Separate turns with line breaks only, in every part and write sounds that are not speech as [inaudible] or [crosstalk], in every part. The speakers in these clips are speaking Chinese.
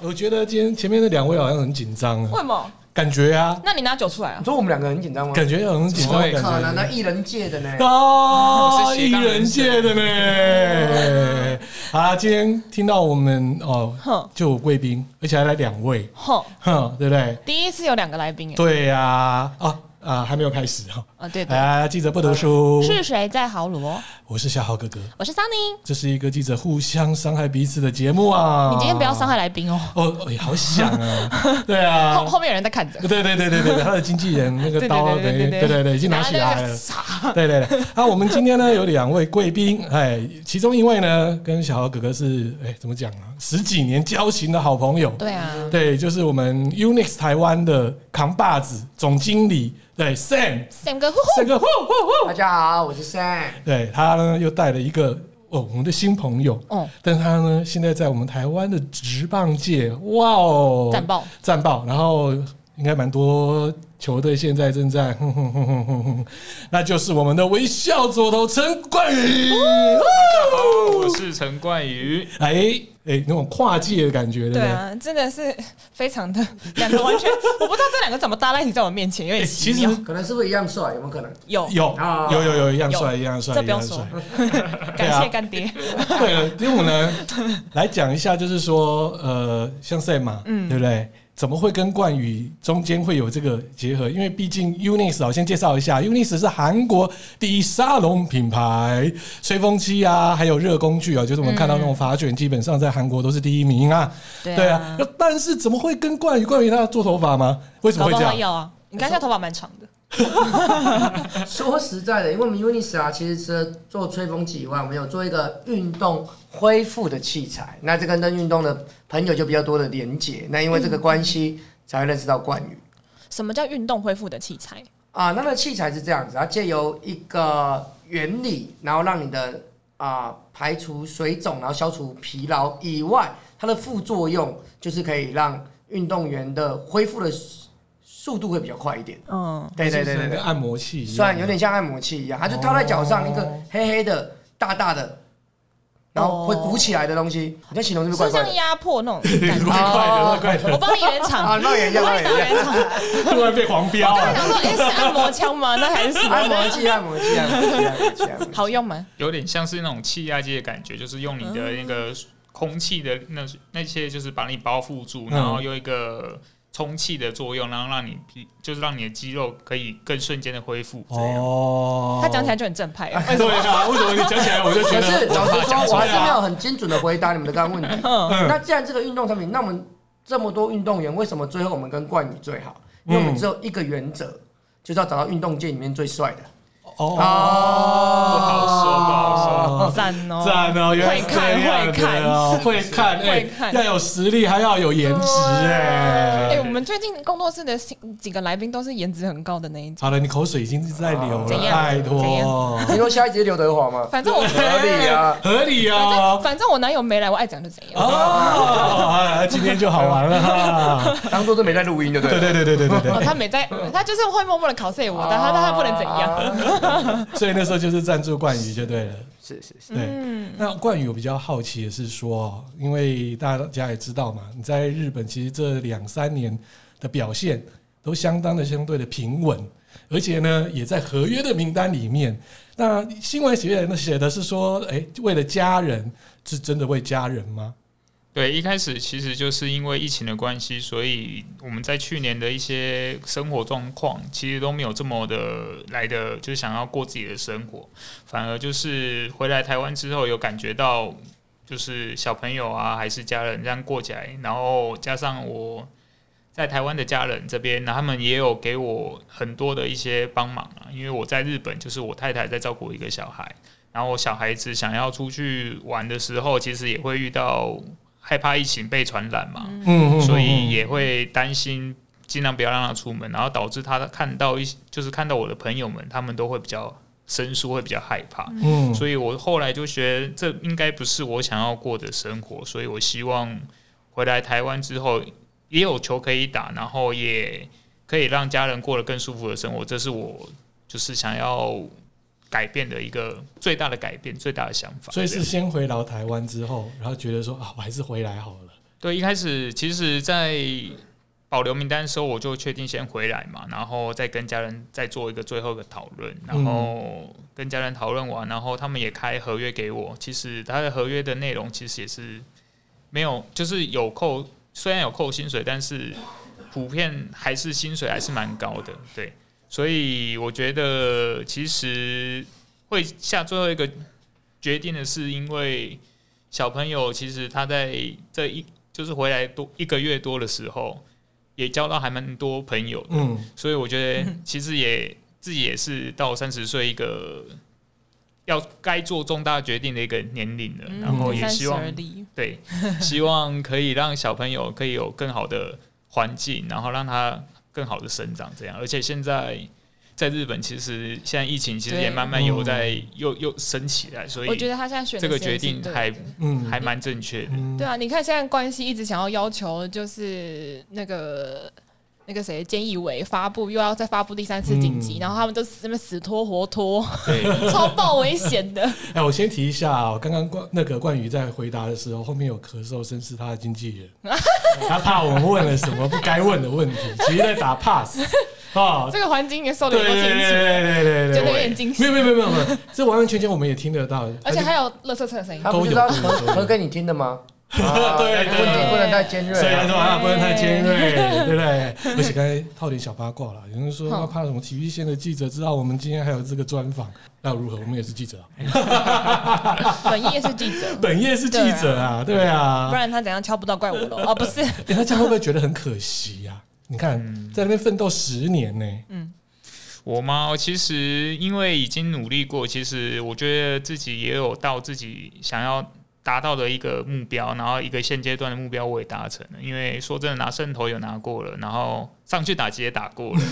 我觉得今天前面那两位好像很紧张
为
啊，
什么？
感觉啊，
那你拿酒出来啊
你！说我们两个很紧张吗？
感觉很紧张，
对
感
可
觉
能的，艺人界的呢。
哦
我，是
艺
斜杠
人
人生
界的
[laughs]
呢。好啦，今天听到我们哦
哼，
就有贵宾，而且还来两位，
吼，
哼，对不对？
第一次有两个来宾耶，
对呀，啊啊，还没有开始哦。
啊对对，
啊，记者不读书，
是谁在豪罗？
我是夏豪哥哥，
我是桑尼，
这是一个记者互相伤害彼此的节目啊。
你今天不要伤害来宾哦，
哦，哎好
[laughs]
想啊，对啊，
后后面有人在看 [laughs] 着，
对对对对对，他的经纪人那个
对对
刀，
对
等于
对
对对对，已经拿起来
那个
了。
傻
[laughs] 对对对，啊，我们今天呢有两位贵宾，哎，其中一位呢跟小豪哥哥是哎怎么讲啊，十几年交情的好朋友，
对啊，
对，就是我们 Unix 台湾的扛把子总经理，对 Sam，
三个呼呼
这个呼呼呼，
大家好，我是 Sam。
对他呢又带了一个哦我们的新朋友，
哦，
但他呢，现在在我们台湾的职棒界，哇哦，
战报
战报，然后应该蛮多球队现在正在哼哼哼哼哼哼，那就是我们的微笑左投陈冠宇，
大家好，我是陈冠宇。
哎哎，那种跨界的感觉，对不
对
对？
啊，真的是非常的两个完全，我不知道这两个怎么搭在一起在我面前，有
哎
[laughs] 点
其
奇
实
妙。
可能是不是一样帅？有没有可能？
有
有
啊
有有有一样
有
帅，一样帅，
这
一
不用
样
说
帅。
感谢干爹，
对了，第五呢，来讲一下，就是说，呃，像 Sam 嘛，对不对？怎么会跟冠宇中间会有这个结合？因为毕竟 Unix 我先介绍一下，Unix 是韩国第一沙龙品牌，吹风机啊，还有热工具啊，就是我们看到那种发卷，基本上在韩国都是第一名啊。对啊，那但是怎么会跟冠宇？冠宇他做头发吗？为什
搞
么会
不
这
好
样？
有啊。你看一下头发蛮长的，
[laughs] 说实在的，因为我们 Unis 啊，其实除了做吹风机以外，我们有做一个运动恢复的器材。那这个跟运动的朋友就比较多的连结。那因为这个关系，才会认识到冠宇。
什么叫运动恢复的器材？
啊，那个器材是这样子，它借由一个原理，然后让你的啊排除水肿，然后消除疲劳以外，它的副作用就是可以让运动员的恢复的速速度会比较快一点。
嗯，
对对对
哦就是哦
对
跟
对，
按摩器一
虽
样
然有点像按摩器一样，它就套在脚上一个黑黑的、大大的，然后会鼓起来的东西。你在形容是不是
是
怪怪
像
哦
的？
压迫那种
怪 [laughs]
感觉。
怪的，怪怪
[laughs]
的，
我帮你圆场，
啊，那也一样，
我
那
帮你
也
打
一样。
圆场。
突然被黄标
我
了。
想说，哎，是按摩枪吗？那还是什
按摩
么？
器，按摩器，按摩器，按摩器，按摩器。
好用吗？
有点像是那种气压机的感觉，就是用你的那个空气的那那些，就是把你包覆住，
嗯
然后用一个充气的作用，然后让你皮就是让你的肌肉可以更瞬间的恢复。这样，
哦
[laughs] 他讲起来就很正派。
[laughs] 对啊，为什么你讲起来我就觉
[laughs]
可
得
是老实说，我还是
对啊
没有很精准的回答你们的刚刚问题。
嗯，
那既然这个运动产品，那我们这么多运动员，为什么最后我们跟冠宇最好？因为我们只有一个原则，就是要找到运动界里面最帅的。
哦，
不好说，不好说。
赞哦，
赞哦，原来是这样子哦会
会
看
看
哎
会看
要有实力，还要有颜值
哎、
哎。
我们最近工作室的新几个来宾都是颜值很高的那一种。
好了，你口水已经是在流
怎
了，
样
拜
怎
托，
你说下一集是刘德华吗？
反
[laughs]
正我
合理
[laughs]
啊！
合理
反正
哦。
反正我男友没来，我爱怎样就怎样。
哦，哎今天就好玩
[laughs]
了哈。
当做是没在录音，对不
对？对对对对对
哦，
对，
他没在，他就是会默默的考试我，哦但他但他不能怎样。
样？
所以那时候就是赞助冠宇就对了。
是是是，
对，那冠宇我比较好奇的是说，因为大家也知道嘛，你在日本其实这两三年的表现都相当的相对的平稳，而且呢也在合约的名单里面。那新闻写的写的是说，哎、为了家人，是真的为家人吗？
对，一开始其实就是因为疫情的关系，所以我们在去年的一些生活状况，其实都没有这么的来的，就是想要过自己的生活，反而就是回来台湾之后，有感觉到就是小朋友啊，还是家人这样过起来，然后加上我在台湾的家人这边，那他们也有给我很多的一些帮忙啊，因为我在日本，就是我太太在照顾一个小孩。然后小孩子想要出去玩的时候，其实也会遇到害怕疫情被传染嘛，
嗯
所以也会担心，尽量不要让他出门，然后导致他看到一些，就是看到我的朋友们，他们都会比较生疏，会比较害怕。
嗯
所以我后来就觉得这应该不是我想要过的生活，所以我希望回来台湾之后也有球可以打，然后也可以让家人过得更舒服的生活，这是我就是想要改变的一个最大的改变，最大的想法。
所以
这
是
样
先回到台湾之后，然后觉得说啊，我还是回来好了，
对，一开始其实，在保留名单的时候，我就确定先回来嘛，然后再跟家人再做一个最后的讨论，然后跟家人讨论完，然后他们也开合约给我。其实他的合约的内容其实也是没有，就是有扣，虽然有扣薪水，但是普遍还是薪水还是蛮高的，对。所以我觉得其实会下最后一个决定的是，因为小朋友其实他在这一就是回来多一个月多的时候，也交到还蛮多朋友的，
嗯，
所以我觉得其实也自己也是到三十岁一个要该做重大决定的一个年龄了，然后也希望
嗯三十而立
对， [laughs] 希望可以让小朋友可以有更好的环境，然后让他更好的生长，这样。而且现在在日本，其实现在疫情其实
对
也慢慢有在又又升起来，所
我觉
以
得他现在选的
这个
时间
决
是
定
对
还
的
嗯
还蛮正
[laughs]
确的。
对啊，你看现在关系一直想要要求，就是那个那个谁，菅义伟发布又要再发布第三次紧急，
嗯
然后他们都死那么死拖活拖， [laughs]
对，
超爆危险
[laughs]
的。
哎，我先提一下哦，刚刚冠那个冠宇在回答的时候，后面有咳嗽声，是他的经纪
[laughs]
人，他怕我们问了什么不该问的问题，其实在打 pass 啊。
这个环境也受的
对
有
对
多
对
惊
对
喜，
对对
觉
对
得有
对，
点惊喜
没有。没有没有没有没有，这完完全全我们也听得到，
而且还有垃圾车的声
[laughs]
音
他，不
都
是
有
要
都有都有
合合给你听的吗？啊
对
不能不能太尖锐
所以他
啊。
说啊，不能太尖锐，对不对？而且刚才套点小八卦了，有人说啊怕什么体育线的记者知道我们今天还有这个专访，那又如何？我们也是记者啊，
本业是记
[laughs]
者，
本业是记者啊，对啊
不，然他怎样敲不到怪我
[laughs]
喽？哦，不是，
欸他这样会不会觉得很可惜呀、你看，
嗯
在那边奋斗十年呢、
我吗？其实因为已经努力过，其实我觉得自己也有到自己想要达到的一个目标，然后一个现阶段的目标我也达成了。因为说真的，拿胜投有拿过了，然后上去打击也打过了，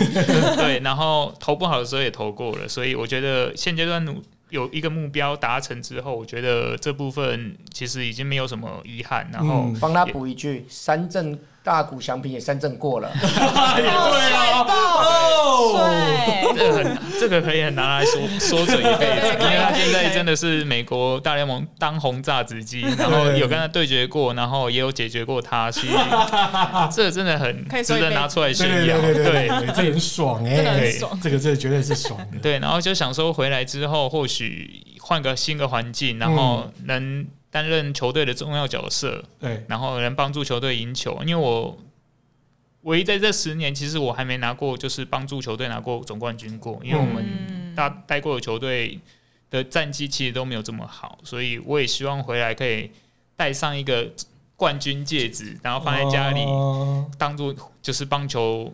对，然后投不好的时候也投过了，所以我觉得现阶段努。有一个目标达成之后，我觉得这部分其实已经没有什么遗憾，然后 [laughs]
[laughs]
嗯
帮他补一句，三镇大谷翔平也三镇过了，
也哎对
哦好帅
啊，
爆对，
哦，
[laughs] 这个很这个可以很拿来说说嘴一辈子，因为他现在真的是美国大联盟当红炸子鸡，然后有跟他对决过，然后也有解决过他，所以这真的很
可以说
值
一辈子
得拿出来
对
炫
对
耀。
对对对
对
对， [laughs] 这很爽哎、
真的
很
爽
这个这个绝对是爽的。
[laughs] 对，然后就想说回来之后，或许换个新的环境，然后能担任球队的重要角色，
对，
然后能帮助球队赢球。因为我唯一在这十年，其实我还没拿过，就是帮助球队拿过总冠军过，因为我们
嗯，
大待过的球队的战绩其实都没有这么好，所以我也希望回来可以带上一个冠军戒指，然后放在家里，
哦
当做就是棒球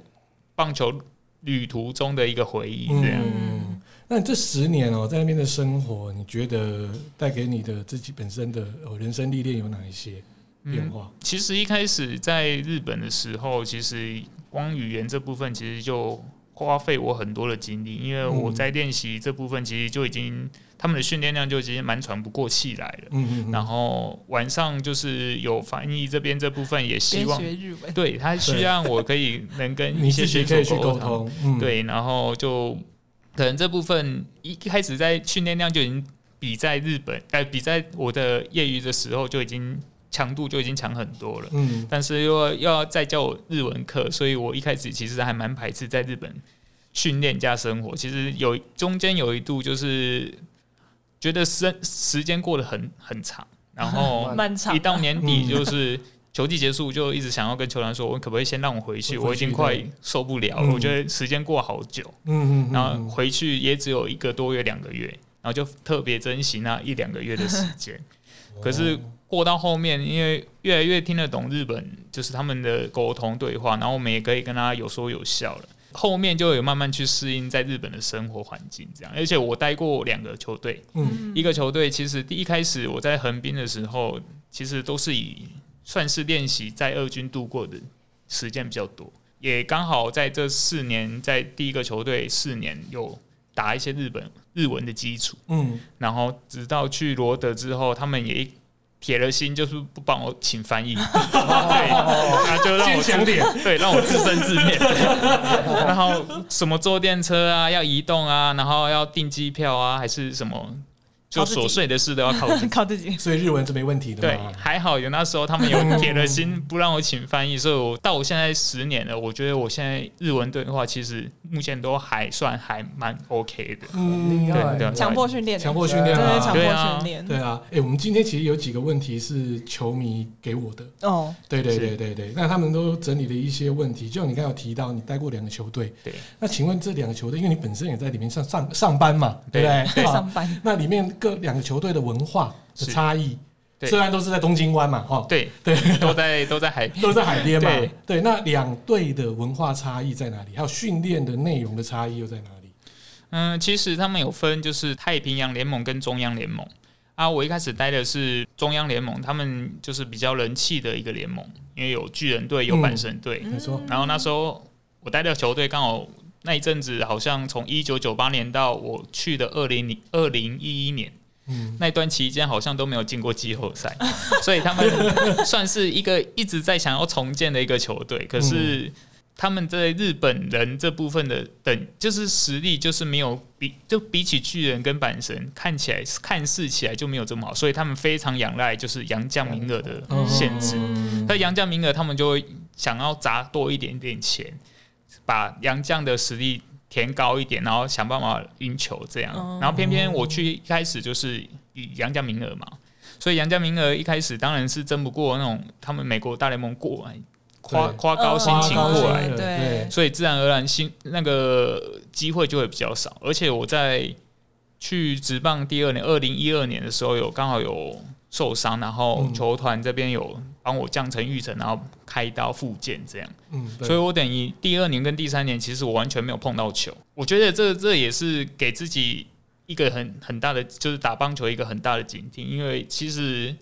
棒球旅途中的一个回忆这样。
嗯，那你这十年哦，在那边的生活，你觉得带给你的自己本身的呃人生历练有哪一些
嗯
变化？
其实一开始在日本的时候，其实光语言这部分其实就花费我很多的精力，因为我
嗯
在练习这部分其实就已经他们的训练量就已经蛮喘不过气来了。
嗯嗯嗯，
然后晚上就是有翻译这边这部分，也希
边
望
学日文，
对他希望我可以能跟一
嗯 [laughs] 你
些
自己
选
可以
手
去
沟
沟
通，
通，嗯，
对，然后就可能这部分一一开始在训练量就已经比在日本，呃，比在我的业余的时候就已经强度就已经强很多了。
嗯，
但是又要又要再教我日文课，所以我一开始其实还蛮排斥在日本训练加生活。其实有中间有一度就是觉得时时间过得很很长，然
[laughs] 嗯
后
漫长
一。到年底就是球季结束，就一直想要跟球团说，我可不可以先让我回去？
我回去
我已经快受不了了，
嗯
我觉得时间过好久，
嗯嗯嗯，
然后回去也只有一个多月、两个月，然后就特别珍惜那一两个月的时间。可是过到后面，因为越来越听得懂日本，就是他们的沟通对话，然后我们也可以跟他有说有笑了。后面就有慢慢去适应在日本的生活环境，这样。而且我待过两个球队，
嗯
一个球队其实第一开始我在横滨的时候，其实都是以算是练习在二军度过的时间比较多，也刚好在这四年，在第一个球队四年有打一些日本日文的基础，
嗯，
然后直到去罗德之后，他们也铁了心就是不帮我请翻 [laughs] 译，
哦
对，那就让我
坚强点，
对，让我自生自 [laughs] 灭。然后什么坐电车啊，要移动啊，然后要订机票啊，还是什么就琐碎的事都要靠自己。
靠自己。
所以日文是没问题的
[laughs] 对
嘛，。
还好有那时候他们有铁了心不让我请翻译，所以我到我现在十年了，我觉得我现在日文对话其实目前都还算还蛮 OK 的。
嗯
对
对对，
强迫训练，
强迫训练
对
啊，
强
对
迫
啊
训练。
对啊，哎、我们今天其实有几个问题是球迷给我的，
哦，
对对对
是
对对，那他们都整理了一些问题，就你刚刚有提到你带过两个球队，
对
那请问这两个球队，因为你本身也在里面上上上班嘛，对
对
不对？啊
上班
那里面各两个球队的文化的
是
差异，
对
虽然都是在东京湾嘛，哈，
对
对，
都在都在海边。
都在海边嘛，
对
对，那两队的文化差异在哪里？还有训练的内容的差异又在哪里？
嗯，其实他们有分就是太平洋联盟跟中央联盟。啊，我一开始待的是中央联盟，他们就是比较人气的一个联盟，因为有巨人队，有阪神队，
你说，
嗯然后那时候我待的球队刚好那一阵子，好像从一九九八年到我去的二零零二零一一年
嗯，
那段期间，好像都没有进过季后赛，所以他
[laughs]
们算是一个一直在想要重建的一个球队，可是。
嗯
他们在日本人这部分的等，就是实力，就是没有比就比起巨人跟阪神，看起来看似起来就没有这么好，所以他们非常仰赖就是洋将名额的限制。
嗯
那杨将名额他们就会想要砸多一点点钱，把杨将的实力填高一点，然后想办法赢球这样。然后偏偏我去一开始就是以杨将名额嘛，所以杨将名额一开始当然是争不过那种他们美国大联盟过来夸
对
哦夸高薪
哦
花
情
高
过
薪
来，
的
对
对，
所以自然而然薪那个机会就会比较少。而且我在去职棒第二年，二零一二年的时候有刚好有受伤，然后
嗯
球团这边有帮我降成育成，然后开刀复健这样，
嗯，对
所以我等于第二年跟第三年其实我完全没有碰到球。我觉得这这也是给自己一个很很大的，就是打棒球一个很大的警惕，因为其实。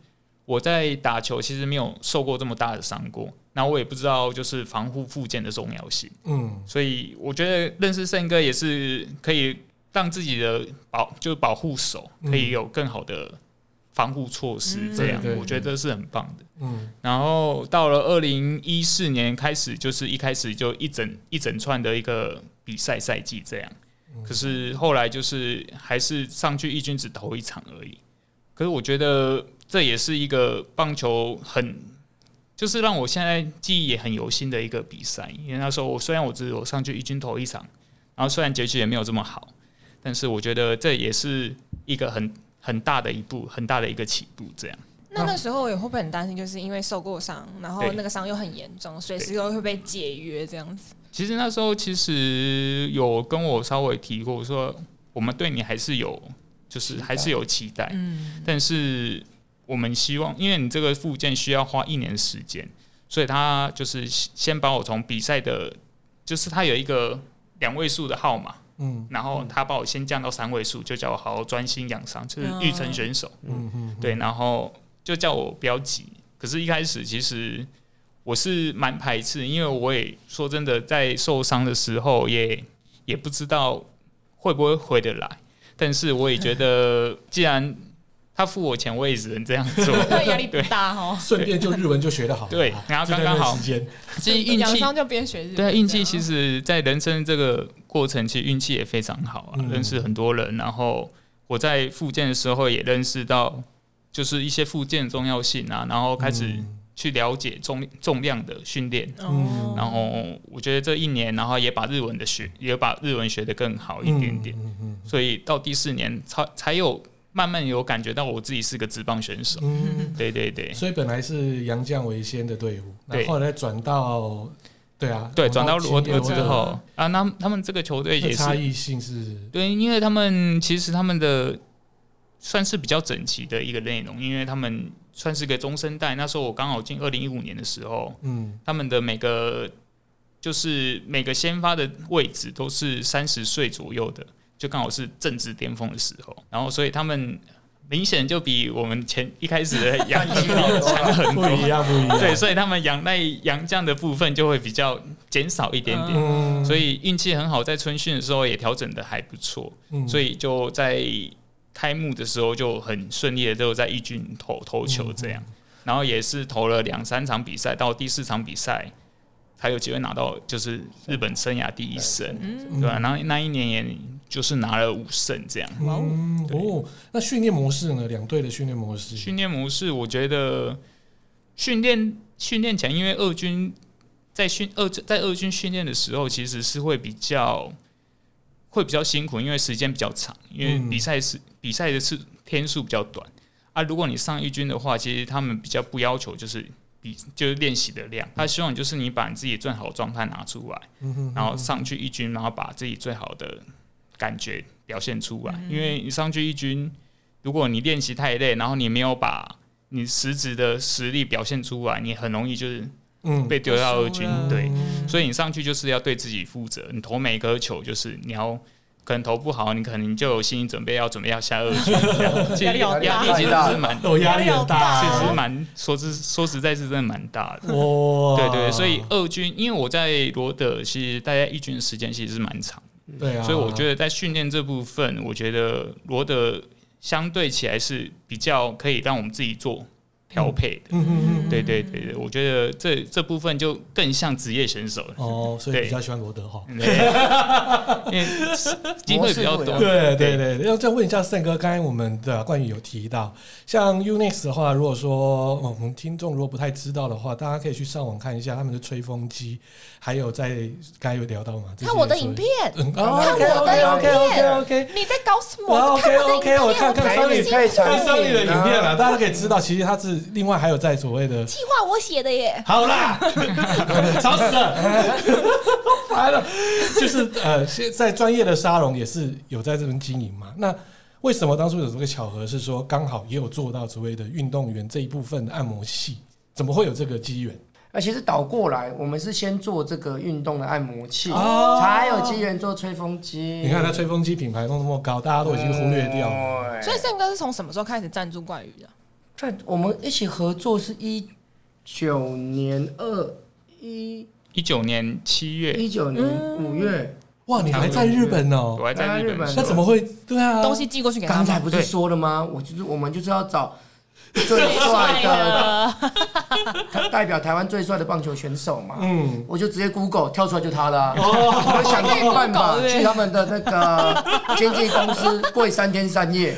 我在打球其实没有受过这么大的伤过，那我也不知道就是防护附件的重要性。
嗯，
所以我觉得认识胜哥也是可以让自己的保就是保护手
嗯
可以有更好的防护措施，这样、
对对
我觉得是很棒的。
嗯
然后到了二零一四年开始，就是一开始就一整一整串的一个比赛赛季这样，可是后来就是还是上去一军只投一场而已。可是我觉得这也是一个棒球很，就是让我现在记忆也很犹新的一个比赛，因为那时候我虽然我只有上去一军投一场，然后虽然结局也没有这么好，但是我觉得这也是一个很很大的一步，很大的一个起步这样。
那那时候也会不会很担心，就是因为受过伤，然后
对
那个伤又很严重，随时都会被解约这样子。
其实那时候其实有跟我稍微提过，说我们对你还是有，就是还是有期待，
嗯，
但是我们希望，因为你这个附件需要花一年时间，所以他就是先把我从比赛的，就是他有一个两位数的号码，
嗯
然后他把我先降到三位数，就叫我好好专心养伤，就是育成选手。
嗯嗯，
对，然后就叫我不要急。可是，一开始其实我是蛮排斥，因为我也说真的，在受伤的时候也也不知道会不会回得来。但是我也觉得，既然他付我钱，我也只能这样做。
对，压力不大
[laughs]
哦。
顺便就日文就学得好了，
对
啊
然后
就在
刚刚
那
好
时间，
[laughs] 其实运
养
气，
伤就边学日文这
对
样，
啊运气，其实在人生这个过程，其实运气也非常好啊，
嗯
认识很多人。然后我在复健的时候也认识到，就是一些复健的重要性啊，然后开始、
嗯
去了解重重量的训练，
哦
嗯
然后我觉得这一年，然后也把日文的学，也把日文学得更好一点点，
嗯嗯
所以到第四年才才有慢慢有感觉到我自己是个职棒选手。
嗯嗯
对对对，
所以本来是杨绛为先的队伍，然
对
后后来转到，对啊，
对，转到罗
德
德之后啊，那他们这个球队也是
差异性是，
对，因为他们其实他们的算是比较整齐的一个内容，因为他们算是个中生代。那时候我刚好进二零一五年的时候，
嗯
他们的每个就是每个先发的位置都是三十岁左右的，就刚好是正值巅峰的时候。然后，所以他们明显就比我们前一开始的 [laughs]
[laughs]
杨
已经
将
有了
强很
不一
多。
样不一样，
[laughs] 对，所以他们杨赖杨将的部分就会比较减少一点点。
嗯
所以运气很好，在春训的时候也调整的还不错，
以
所以就在开幕的时候就很顺利的就在一军投投球这样。然后也是投了两三场比赛，到第四场比赛才有机会拿到就是日本生涯第一胜，
嗯
对吧、然后那一年也就是拿了五胜这样。
嗯哦，那训练模式呢？两队的训练模式，
训练模式，我觉得训练训练前，因为二军在训二在二军训练的时候，其实是会比较会比较辛苦，因为时间比较长，因为
嗯
比赛时、比赛的次天数比较短啊。如果你上一军的话，其实他们比较不要求就是比就是练习的量，他希望就是你把你自己最好的状态拿出来，
嗯哼
然后上去一军，然后把自己最好的感觉表现出
嗯
来。因为你上去一军，如果你练习太累，然后你没有把你实质的实力表现出来，你很容易就是
嗯
被丢到二军
嗯。
对，所以你上去就是要对自己负责。你投每颗球，就是你要可能投不好，你可能就有心理准备要准备要下二军
[laughs]
这样。其
压
实
力好大
压力其实是蛮，
哦，压力很大，
其实蛮说是说实在是真的蛮大的。
哇，
对对，所以二军，因为我在罗德，其实大家一军的时间其实是蛮长，
对啊，
所以我觉得在训练这部分，我觉得罗德相对起来是比较可以让我们自己做调配的。
嗯嗯嗯，
对对对对，我觉得这这部分就更像职业选手了。
哦，所以
对
比较喜欢罗德哈。
对，因为机会比较多。
对哦对对，要再问一下盛哥，刚才我们的冠宇有提到，像 Unix 的话，如果说哦我们听众如果不太知道的话，大家可以去上网看一下他们的吹风机，还有在刚才有聊到嘛，这些
看我的
所谓
影片，
嗯，看
看我的影
OK OK OK。
你在搞什
然后
么？
OK OK，我看看
哪
桑尼
一，配产
看
品
桑尼的影片
啊
了，大家可以知道，其实他是另外还有在所谓的
计划我写的耶，
好啦， [laughs] 吵死了，烦了。就是呃，现在专业的沙龙也是有在这边经营嘛。那为什么当初有这个巧合，是说刚好也有做到所谓的运动员这一部分的按摩系？怎么会有这个机缘？
那其实倒过来，我们是先做这个运动的按摩器，
哦
才有机缘做吹风机。
嗯
你看他吹风机品牌弄那么高，大家都已经忽略掉了。
对
所以胜哥是从什么时候开始赞助冠宇的？
在我们一起合作是一九年二一
一九年七月，
一九年五月，
哇，你还在日本哦
我？还在日
啊日本
本的时
那
候，
怎么会？对啊，
东西寄过去给他
呃刚才
们，
不是说了吗？我就是我们就是要找最帅的，代表台湾最帅的棒球选手嘛。
嗯，
我就直接 Google 跳出来就他了、啊，我想尽办法去他们的那个经纪公司跪三天三夜。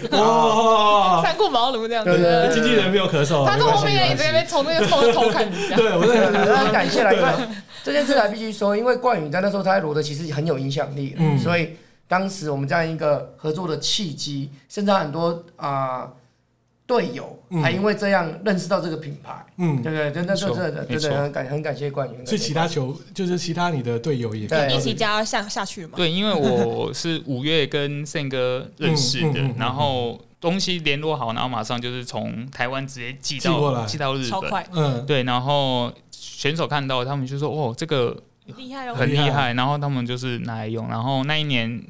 [laughs]
哇，
哦，
哎
三顾茅庐这样
对对
子。
经纪人没有咳嗽，
他
没
从
关
后
系
面也一
没
直在
关
那边
系
从那个偷偷看你这样。
[laughs] 对，我在
对，很感谢啦，因
对
为
啊
这件事还必须说，因为冠宇在那时候他在罗德其实很有影响力，
嗯
所以当时我们这样一个合作的契机，甚至很多啊队、友
嗯
还因为这样认识到这个品牌，
嗯，
对不对？真的，
没错
真的，
没
真
错
的很感很感谢冠宇。
所以其他球就是其他你的队友也
对
一起加下下去嘛。
对，因为我是五月跟宪哥认识
嗯嗯
的
嗯嗯，
然后东西联络好，然后马上就是从台湾直接寄
寄过
到
来
寄到日
超
本。
快，
嗯，
对，然后选手看到他们就说：“哦，这个
厉害
很
哦！
厉
啊
害。”然后他们就是拿来用。然后那一年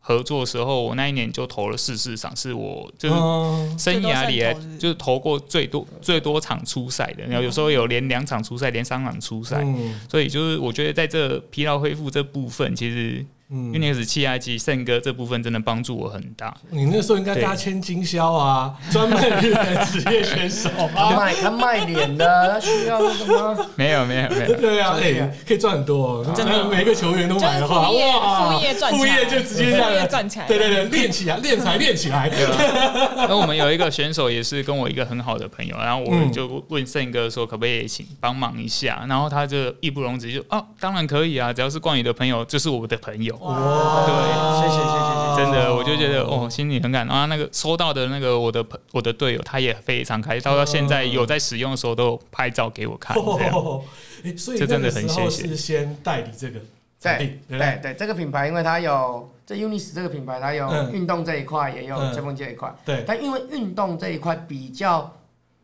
合作的时候，我那一年就投了四四场，是我就是
嗯
生涯里
最多胜投是嗯不是
就是投过最多最多场初赛的，然后有时候有连两场初赛，连三场初赛。
嗯
所以就是我觉得在这疲劳恢复这部分，其实
嗯
Unix 气压机圣哥这部分真的帮助我很大。
你那时候应该搭千金销啊，专卖日本职业选手
他
啊。
卖他卖脸的，他需要那个吗？
没有没有没有， [laughs]
对啊，
真
哎、
的
可以赚很多、哦。
真的
那每个球员都买的话，
就是副业
哇，
副业赚起来
副业就直接这样
副业赚起来
对对对，练起来，练才练起来。
那我们有一个选手也是跟我一个很好的朋友，然后我
嗯
就问圣哥说可不可以请帮忙一下，然后他就义不容辞就哦，当然可以啊，只要是冠宇的朋友就是我的朋友，
哇
对
谢谢谢谢谢
哦
谢
真的我就觉得哦，心里很感动啊。那个收到的那个我的朋我的队友他也非常开心，到到现在有在使用的时候都有拍照给我看，这样
哦哎所以
这
那
真的
个时
很
候
谢谢
是先代理这个产
对
品， [laughs] 对不
对
对？
对，这个品牌因为它有这 Unis 这个品牌，它有
嗯
运动这一块，也有
嗯
吹风机这一块，
对，
但因为运动这一块比较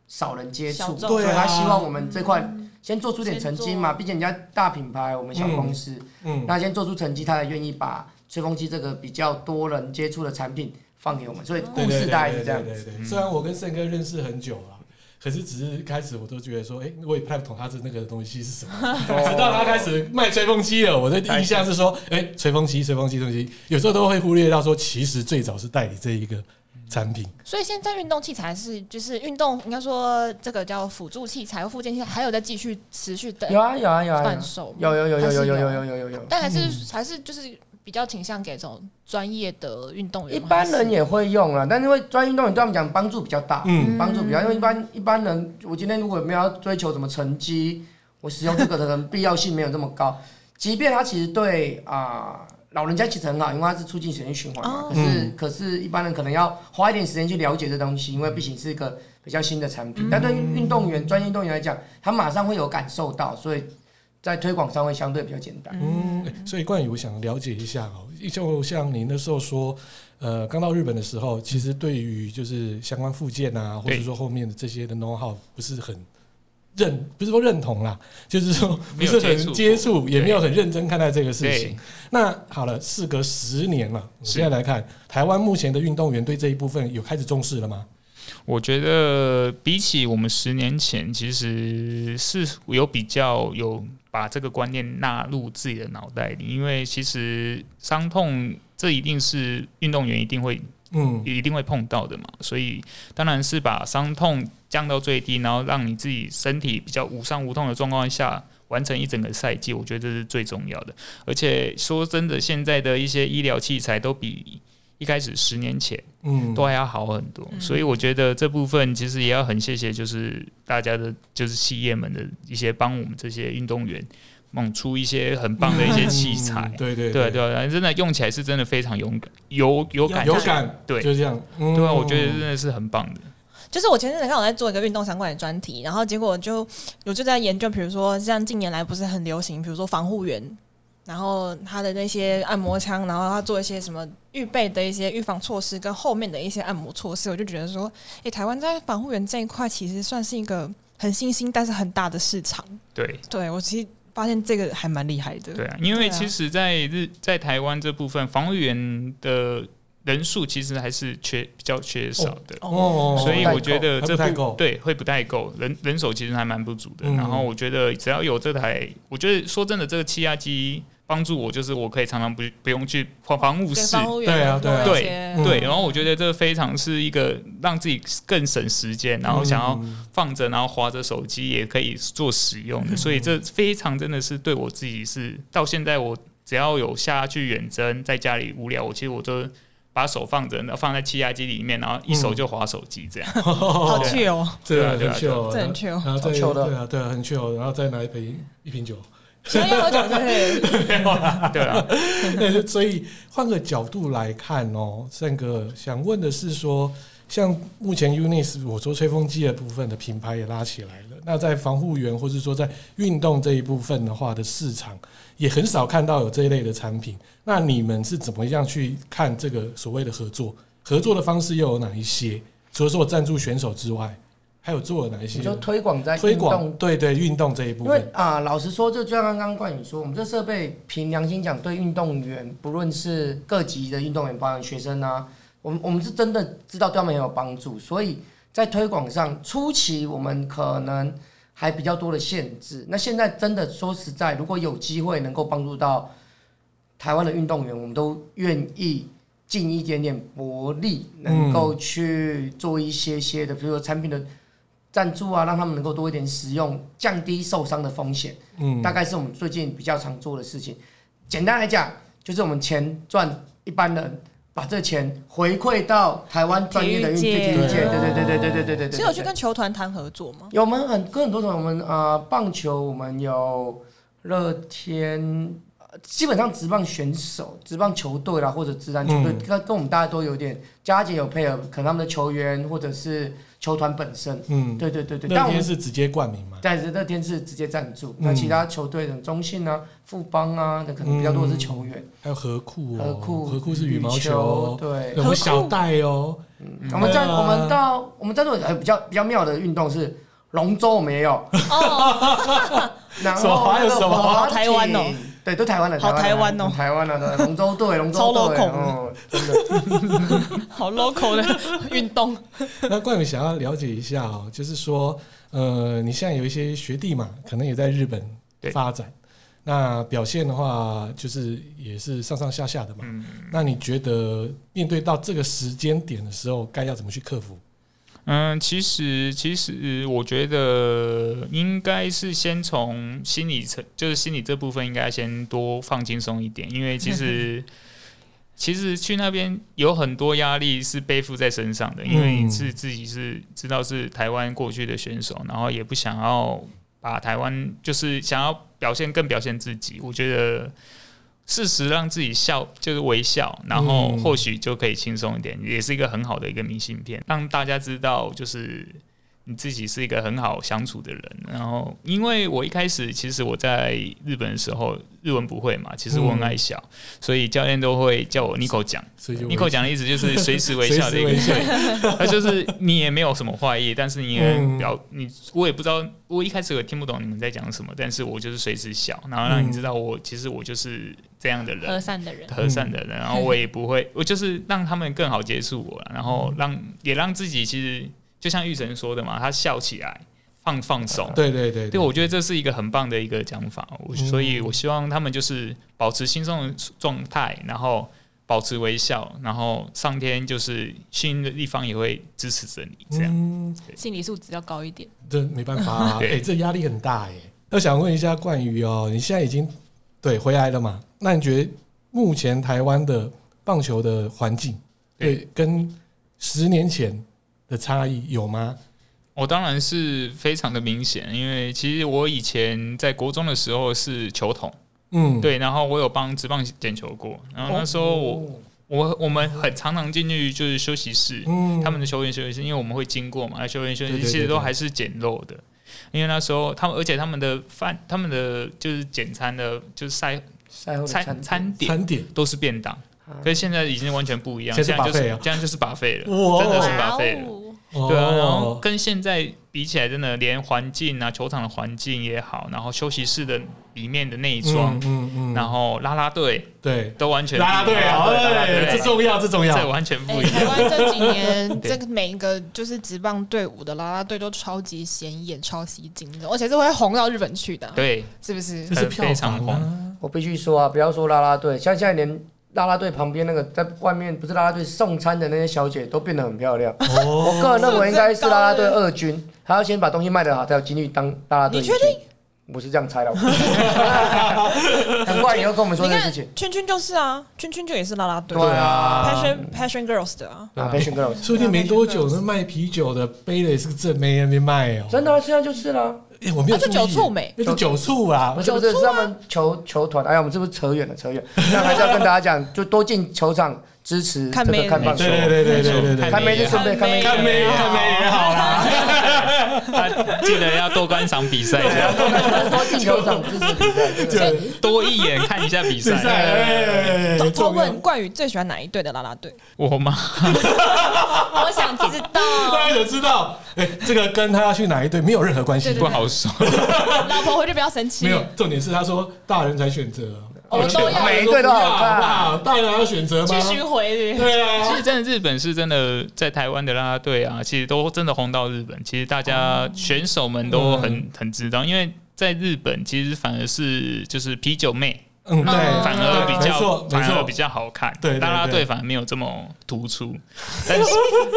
少人接
小
触，
众嗯
所以
对啊
他希望我们这块先做出点成绩
先
嘛。
做
毕竟人家大品牌，我们小公司，
嗯，
那先做出成绩，他才愿意把吹风机这个比较多人接触的产品放给我们。所以故
对对
事
对
大概是这样
对
子。
对嗯对对虽然我跟盛哥认识很久了。可是，只是开始我都觉得说，哎、我也不太懂他的那个东西是什么。直
哦
到他开始卖吹风机了，我的印象是说，哎、吹风机，吹风机，吹风机，有时候都会忽略到说，其实最早是代理这一个产品。
所以现在运动器材是就是运动，应该说这个叫辅助器材或附件器材，还有在继续持续的
有啊有啊有啊，
贩售吗
有有有有
还
有
是
有有
有
有有有有。
但还
嗯
是、还是就是比较倾向给这种专业的运
哦
动员
一
吗，
般人
也
也会用啊，但是因为专业运动员对他们讲帮助比较大，
嗯
帮助比较，因为一般一般人，我今天如果没有要追求什么成绩，我使用这个的可能必要性没有这么高。即便它其实对啊、老人家其实很好，因为它是促进血液循环嘛。
哦
可是、
嗯
可是一般人可能要花一点时间去了解这东西，因为毕竟是一个比较新的产品。但对于运动员、专业运动员来讲，他马上会有感受到，所以在推广上会相对比较简单。
嗯，欸所以冠宇，我想了解一下哦，就像您那时候说，呃，刚到日本的时候，其实对于就是相关附件啊，或者
对
说后面的这些的 know how 不是很认，不是说认同啦，就是说不
嗯没
是
有接触
很
过
接触，也
对
没有很认真看待这个事
对
情。那好了，事隔十年了，我们
是
现在来看，台湾目前的运动员对这一部分有开始重视了吗？
我觉得比起我们十年前，其实是有比较有把这个观念纳入自己的脑袋里，因为其实伤痛这一定是运动员一定会
嗯，
一定会碰到的嘛，所以当然是把伤痛降到最低，然后让你自己身体比较无伤无痛的状况下。完成一整个赛季，我觉得这是最重要的。而且说真的，现在的一些医疗器材都比一开始十年前
嗯，
都还要好很多，所以我觉得这部分其实也要很谢谢，就是大家的，就是企业们的一些帮我们这些运动员猛出一些很棒的一些器材
嗯，对对
对啊对啊，然后真的用起来是真的非常勇敢，有有感
有
觉，
感，
对
就这样，嗯
对啊，我觉得真的是很棒的，
就是我前阵子看我在做一个运动相关的专题，然后结果就我就在研究，比如说像近年来不是很流行，比如说防护员，然后他的那些按摩枪，然后他做一些什么预备的一些预防措施，跟后面的一些按摩措施，我就觉得说，诶、台湾在防护员这一块其实算是一个很新兴但是很大的市场。
对。
对我其实发现这个还蛮厉害的。
对啊，因为
对啊
其实在日在台湾这部分，防务员的人数其实还是缺比较缺少的。
哦
所以我觉得
还
这
不太
部
够，
对会不太够，人人手其实还蛮不足的。
嗯
然后我觉得只要有这台，我觉得说真的，这个气压机帮助我，就是我可以常常不不用去防防务
给
室。
防护员
对啊对啊
多一些
嗯
对，然后我觉得这非常是一个让自己更省时间，然后想要
嗯
放着，然后划着手机也可以做使用的，所以这非常真的是对我自己是到现在我只要有下去远征，在家里无聊，我其实我都把手放着，然后放在气压机里面，然后一手就划手机这样。
[laughs]
好去哦、 [laughs]
对啊，很
对啊
啊 chill，
对啊对啊
然后再
很 chill 的
对啊，对啊，很 chill，然后再拿一杯一瓶酒。 [laughs]
所以要喝酒是不是？
对啊，
对所以换个角度来看哦，三哥想问的是说，像目前 UNIS 我说吹风机的部分的品牌也拉起来了，那在防护员或是说在运动这一部分的话的市场，也很少看到有这一类的产品。那你们是怎么样去看这个所谓的合作？合作的方式又有哪一些？除了说赞助选手之外，还有做了哪一些
你？就推广在
推
运动
广对对运动这一部
因为
分，
啊、老实说，就就像刚刚冠宇说，我们这设备凭良心讲，对运动员，不论是各级的运动员，包含学生啊，我们我们是真的知道对他们很有帮助，所以在推广上，初期我们可能还比较多的限制。那现在真的说实在，如果有机会能够帮助到台湾的运动员，我们都愿意尽一点点薄力，能够去做一些些的，比如说产品的赞助啊，让他们能够多一点使用，降低受伤的风险。
嗯，
大概是我们最近比较常做的事情。简单来讲，就是我们钱赚一般人，把这钱回馈到台湾专业的运
体
体
育界
育界。对
哦
对对对对对对对对。
所以有去跟球团谈合作吗？
有我们很跟很多种，我们啊、呃棒球，我们有乐天，呃基本上职棒选手、职棒球队啦，或者职篮球队，
嗯
跟、跟我们大家都有点佳姐有配合，可能他们的球员或者是球团本身。
嗯，
对对对对，但
那
我们
天是直接冠名嘛？
但是乐天是直接赞助，
嗯
那其他球队的中信啊、富邦啊，那可能比较多的是球员，
还有何库哦，
和库、
何库是羽
羽
毛
球，
球，
对。
我们小戴哦， [laughs]
我们在
对啊
我们到我们在做呃比较比较妙的运动是龙舟，我们也有，
哦，
[laughs] 然后
什么还有
那
什
个
么
划艇
台湾哦，
对，都台湾的，
好台湾哦
台湾的龙舟队，龙舟
超
队，
local
嗯，真的，
好 local 的运动，
那冠宇想要了解一下哦，就是说，呃，你现在有一些学弟嘛，可能也在日本
对
发展，那表现的话，就是也是上上下下的嘛。
嗯，
那你觉得面对到这个时间点的时候，该要怎么去克服？
嗯，其实其实我觉得应该是先从心理层，就是心理这部分应该先多放轻松一点，因为其实其实去那边有很多压力是背负在身上的，因为
嗯
你是自己是知道是台湾过去的选手，然后也不想要把台湾就是想要表现更表现自己，我觉得。适时让自己笑，就是微笑，然后
嗯
或许就可以轻松一点，也是一个很好的一个明信片，让大家知道就是你自己是一个很好相处的人。然后，因为我一开始其实我在日本的时候日文不会嘛，其实我
嗯
很爱笑，所以教练都会叫我 Nico 讲。
所以就
Nico 讲的意思就是随时微
随时
笑的一个
微笑
他就是你也没有什么坏意，但是你也
嗯
表、你，我也不知道，我一开始也听不懂你们在讲什么，但是我就是随时笑，然后让
嗯
你知道我、其实我就是这样的
和
人，
善的人，
和善的人，然后我也不会，我就是让他们更好接触我啦，然后让也让自己其实就像玉成说的嘛，他笑起来放放手，
对对对
对，我觉得这是一个很棒的一个讲法，我
嗯
所以我希望他们就是保持轻松的状态，然后保持微笑，然后上天就是幸运的地方也会支持着你，这样。
嗯，
心理素质要高一点。
这没办法、
[laughs]
啊，哎、
对
这压力很大哎、那想问一下冠宇哦，你现在已经对回来了嘛？那你觉得目前台湾的棒球的环境，
对
对，跟十年前的差异有吗？
我当然是非常的明显，因为其实我以前在国中的时候是球童，
嗯，，
对，然后我有帮职棒捡球过，然后那时候
哦
我、我我们很常常进去就是休息室，
嗯
他们的球员休息室，因为我们会经过嘛，那球员休息
对
室
对对
其实
对
都还是简陋的，因为那时候他们，而且他们的饭，他们的就是简餐的，就是赛
赛后的
餐
餐
餐点
餐点
都是便当，
啊
可是现在已经完全不一样，
现在
现
是
在
buffet
就是
啊
这样就是把费了，
哇
真的是
哇
把费了。
哦，
哦
对啊，然后跟现在比起来，真的连环境啊，球场的环境也好，然后休息室的里面的内装
嗯，嗯嗯
然后啦啦队
对，
都完全
啦啦
不一
队
样
啊，
啦啦队
哎，这重要，这重要，
这完全不
哎、
一样。
台湾这几年
对
这个每一个就是职棒队伍的啦啦队都超级显眼、超吸睛的，而且是会红到日本去的，
对，
是不是
这？是
呃
票房
非常
啊，
我必须说啊，不要说啦啦队，像现在连啦啦队旁边那个在外面不是啦啦队送餐的那些小姐都变得很漂亮。
哦
我个人认为应该是啦啦队二军，还要先把东西卖得好，才有几率当啦啦队。
你确定？
我是这样
[laughs]
猜的。很怪你又跟我们说
你
这个事
看
情。
圈圈就是啊，圈圈就也是啦啦队
对
哎
啊，
，Passion Passion Girls 的啊，
啊，培训 girls，
说不定没多久，那卖啤酒的背的也是个正妹在那边卖哦。
真的啊现在就是啦。
哎，我没有
那是
注意
酒醋没
那是酒醋啊啦
不。是不是，
啊
是他们球球团。哎呀，我们是不是扯远了？扯远。那还是要跟大家讲， [laughs] 就多进球场支持这
看
个
妹
看棒球
对。对对对对对对，
看妹就顺便看妹，
看妹看妹也好啦。
他 [laughs] 记得要多观赏比赛，
啊
这样
多进球场支持比赛。这个
对
多一眼看一下比
比赛，
赛。
哎
偷偷
重要
问冠宇最喜欢哪一队的啦啦队？
我吗？
我想知道，
大家有知道，哎，这个跟他要去哪一队没有任何关系
对。对
不好
[laughs]
说。
老婆回去不要生气
没，有，重点是他说大人才选择，
我都要
每一队都好看
不要好不好？大人还要选择吗？
去巡回日
对
其
啊，
实真的日本是真的在台湾的啦啦队啊，其实都真的红到日本。其实大家选手们都
嗯
很很知道，因为在日本其实反而是就是啤酒妹，
嗯，对，
反而比
没
较
错没
反而
错
比，较好看。
对对对
啦啦队反而没有这么
[laughs]
突出，但是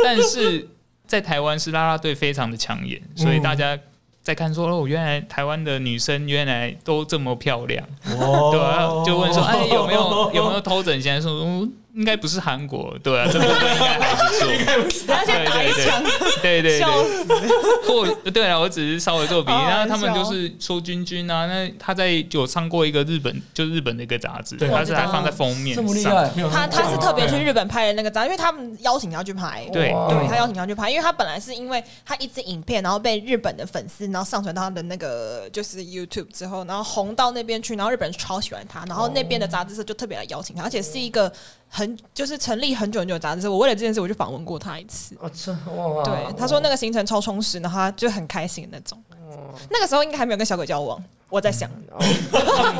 但是在台湾是啦啦队非常的抢眼，所以
嗯
大家在看说哦，原来台湾的女生原来都这么漂亮，对
哦
啊，就问说哎有没有有没有偷整？现在说嗯应该不是韩国，对啊，这部分应该还不错。
而且打一枪，
对对对，
笑
或对啊，我只是稍微做比喻，
好好
然后他们
笑
就是说君君啊，那他在有上过一个日本，就日本的一个杂志，
对
他是还放在封面
这么厉
上，
害，
没有
他他是特别去
对
日本拍的那个照，因为他们邀请他去拍。
对
哇
对他邀请他去拍，因为他本来是因为他一支影片，然后被日本的粉丝，然后上传到他的那个就是 YouTube 之后，然后红到那边去，然后日本人超喜欢他，然后那边的杂志社就特别来邀请他，而且是一个很就是成立很久很久的杂志社，我为了这件事我去访问过他一次。
哦，这哇，
对，他说那个行程超充实，然后他就很开心的那种。那个时候应该还没有跟小狗交往，我在想，
哦，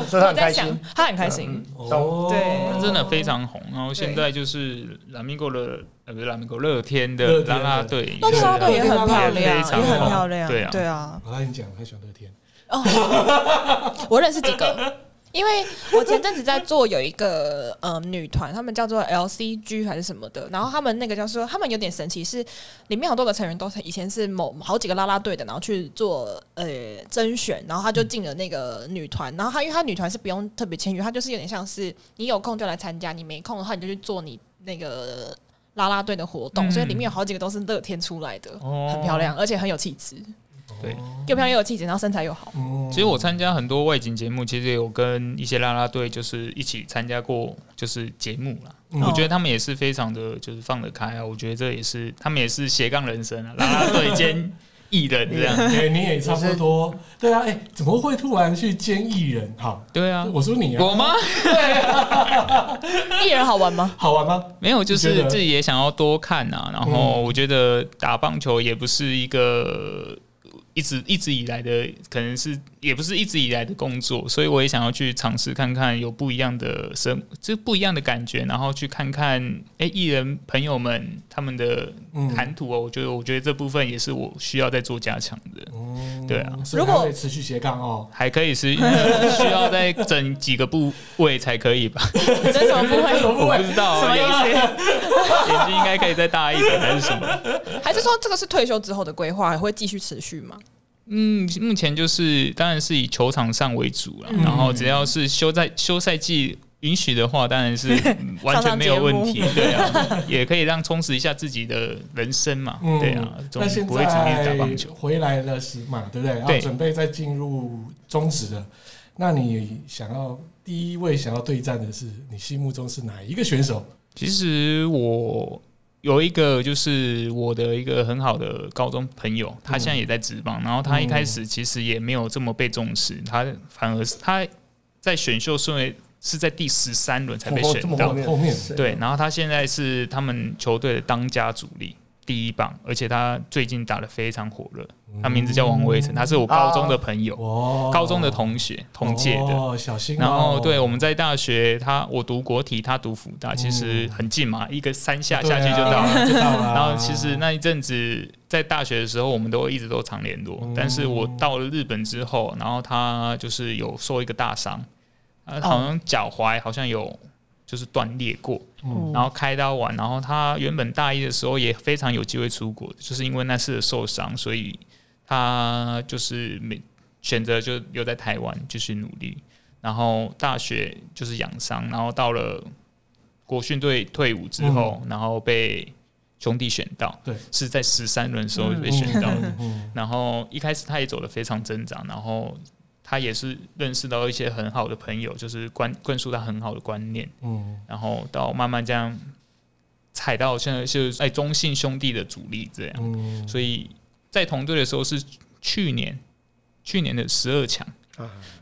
所以他
我
很
在
开
想
心。，嗯
他很开心。
哦
对
他真的非常红。然后现在就是拉米狗的，呃，不是拉米狗，乐天的
乐天
啦
的
啦队，啊
那拉拉队啊也很漂亮，也
非常
很
红
漂亮，
对啊，
对啊。
我跟你讲，他喜欢乐天，
[laughs] 哦，我认识几个，因为我前阵子在做有一个呃女团，她们叫做 LCG 还是什么的，然后她们那个叫做她们有点神奇，是里面好多个成员都是以前是某好几个啦啦队的，然后去做呃甄选，然后她就进了那个女团，然后她因为她女团是不用特别签约，她就是有点像是你有空就来参加，你没空的话你就去做你那个。啦啦队的活动，所以里面有好几个都是乐天出来的，
哦
很漂亮，而且很有气质，
对，
又漂亮又有气质，然后身材又好。
哦嗯
其实我参加很多外景节目，其实也有跟一些啦啦队就是一起参加过，就是节目啦。
嗯
我觉得他们也是非常的，就是放得开啊。我觉得这也是他们也是斜杠人生啊，啦啦队兼艺人
[laughs]
这样。
哎、你也差不多，对啊，哎、怎么会突然去兼艺人？好，
[laughs] 对啊，
我说你啊，
我吗？
艺人好玩吗？
好玩吗？
没有，就
你觉
是
得嗯
自己也想要多看啊。然后我觉得打棒球也不是一个一直一直以来的，可能是也不是一直以来的工作，所以我也想要去尝试看看有不一样的生，这不一样的感觉，然后去看看哎艺人朋友们他们的
嗯
谈吐哦。我觉得我觉得这部分也是我需要再做加强的。
嗯
对啊，
所以
如
他
果
会持续斜杠哦。
还可以是需要再整几个部位才可以吧？
你 [laughs] 真什么不
[laughs]
[laughs] 会？
我不知道啊
什么意思？
眼睛应该可以再大一点还是什么？
还是说这个是退休之后的规划，还会继续持续吗？
[laughs] 嗯，目前就是当然是以球场上为主了，
嗯
然后只要是休赛休赛季允许的话，当
[laughs]
然是嗯完全没有问题，对啊， [laughs] 也可以让充实一下自己的人生嘛，
嗯，
对啊，总
那现
不会只天打棒
在
球。
回来了是嘛，对不对？然后
对
准备再进入中职了。那你想要第一位想要对战的是你心目中是哪一个选手？
其实我有一个就是我的一个很好的高中朋友，他现在也在职棒，然后他一开始其实也没有这么被重视，他反而是他在选秀顺位是在第十三轮才被选到，
哦后面
对，然后他现在是他们球队的当家主力，第一棒，而且他最近打得非常火热。他名字叫王威成，他是我高中的朋友，
哦
高中的同学，同届的。
哦，小心哦。
然后对我们在大学，他我读国体，他读福大，其实很近嘛，一个山下下去就到了。
嗯对啊就到了。
[laughs] 然后其实那一阵子在大学的时候，我们都一直都常联络。但是我到了日本之后，然后他就是有受一个大伤，呃，好像脚踝好像有就是断裂过，然后开刀完，然后他原本大一的时候也非常有机会出国，就是因为那次的受伤，所以他就是没选择就留在台湾继续努力。然后大学就是养伤，然后到了国训队退伍之后，然后被兄弟选到，
对，
是在十三轮的时候被选到的。
嗯 [laughs]
然后一开始他也走得非常挣扎，然后他也是认识到一些很好的朋友，就是灌灌输他很好的观念，
嗯，
然后到慢慢这样踩到现在是哎中信兄弟的主力这样，
嗯
所以在同队的时候是去年去年的十二强。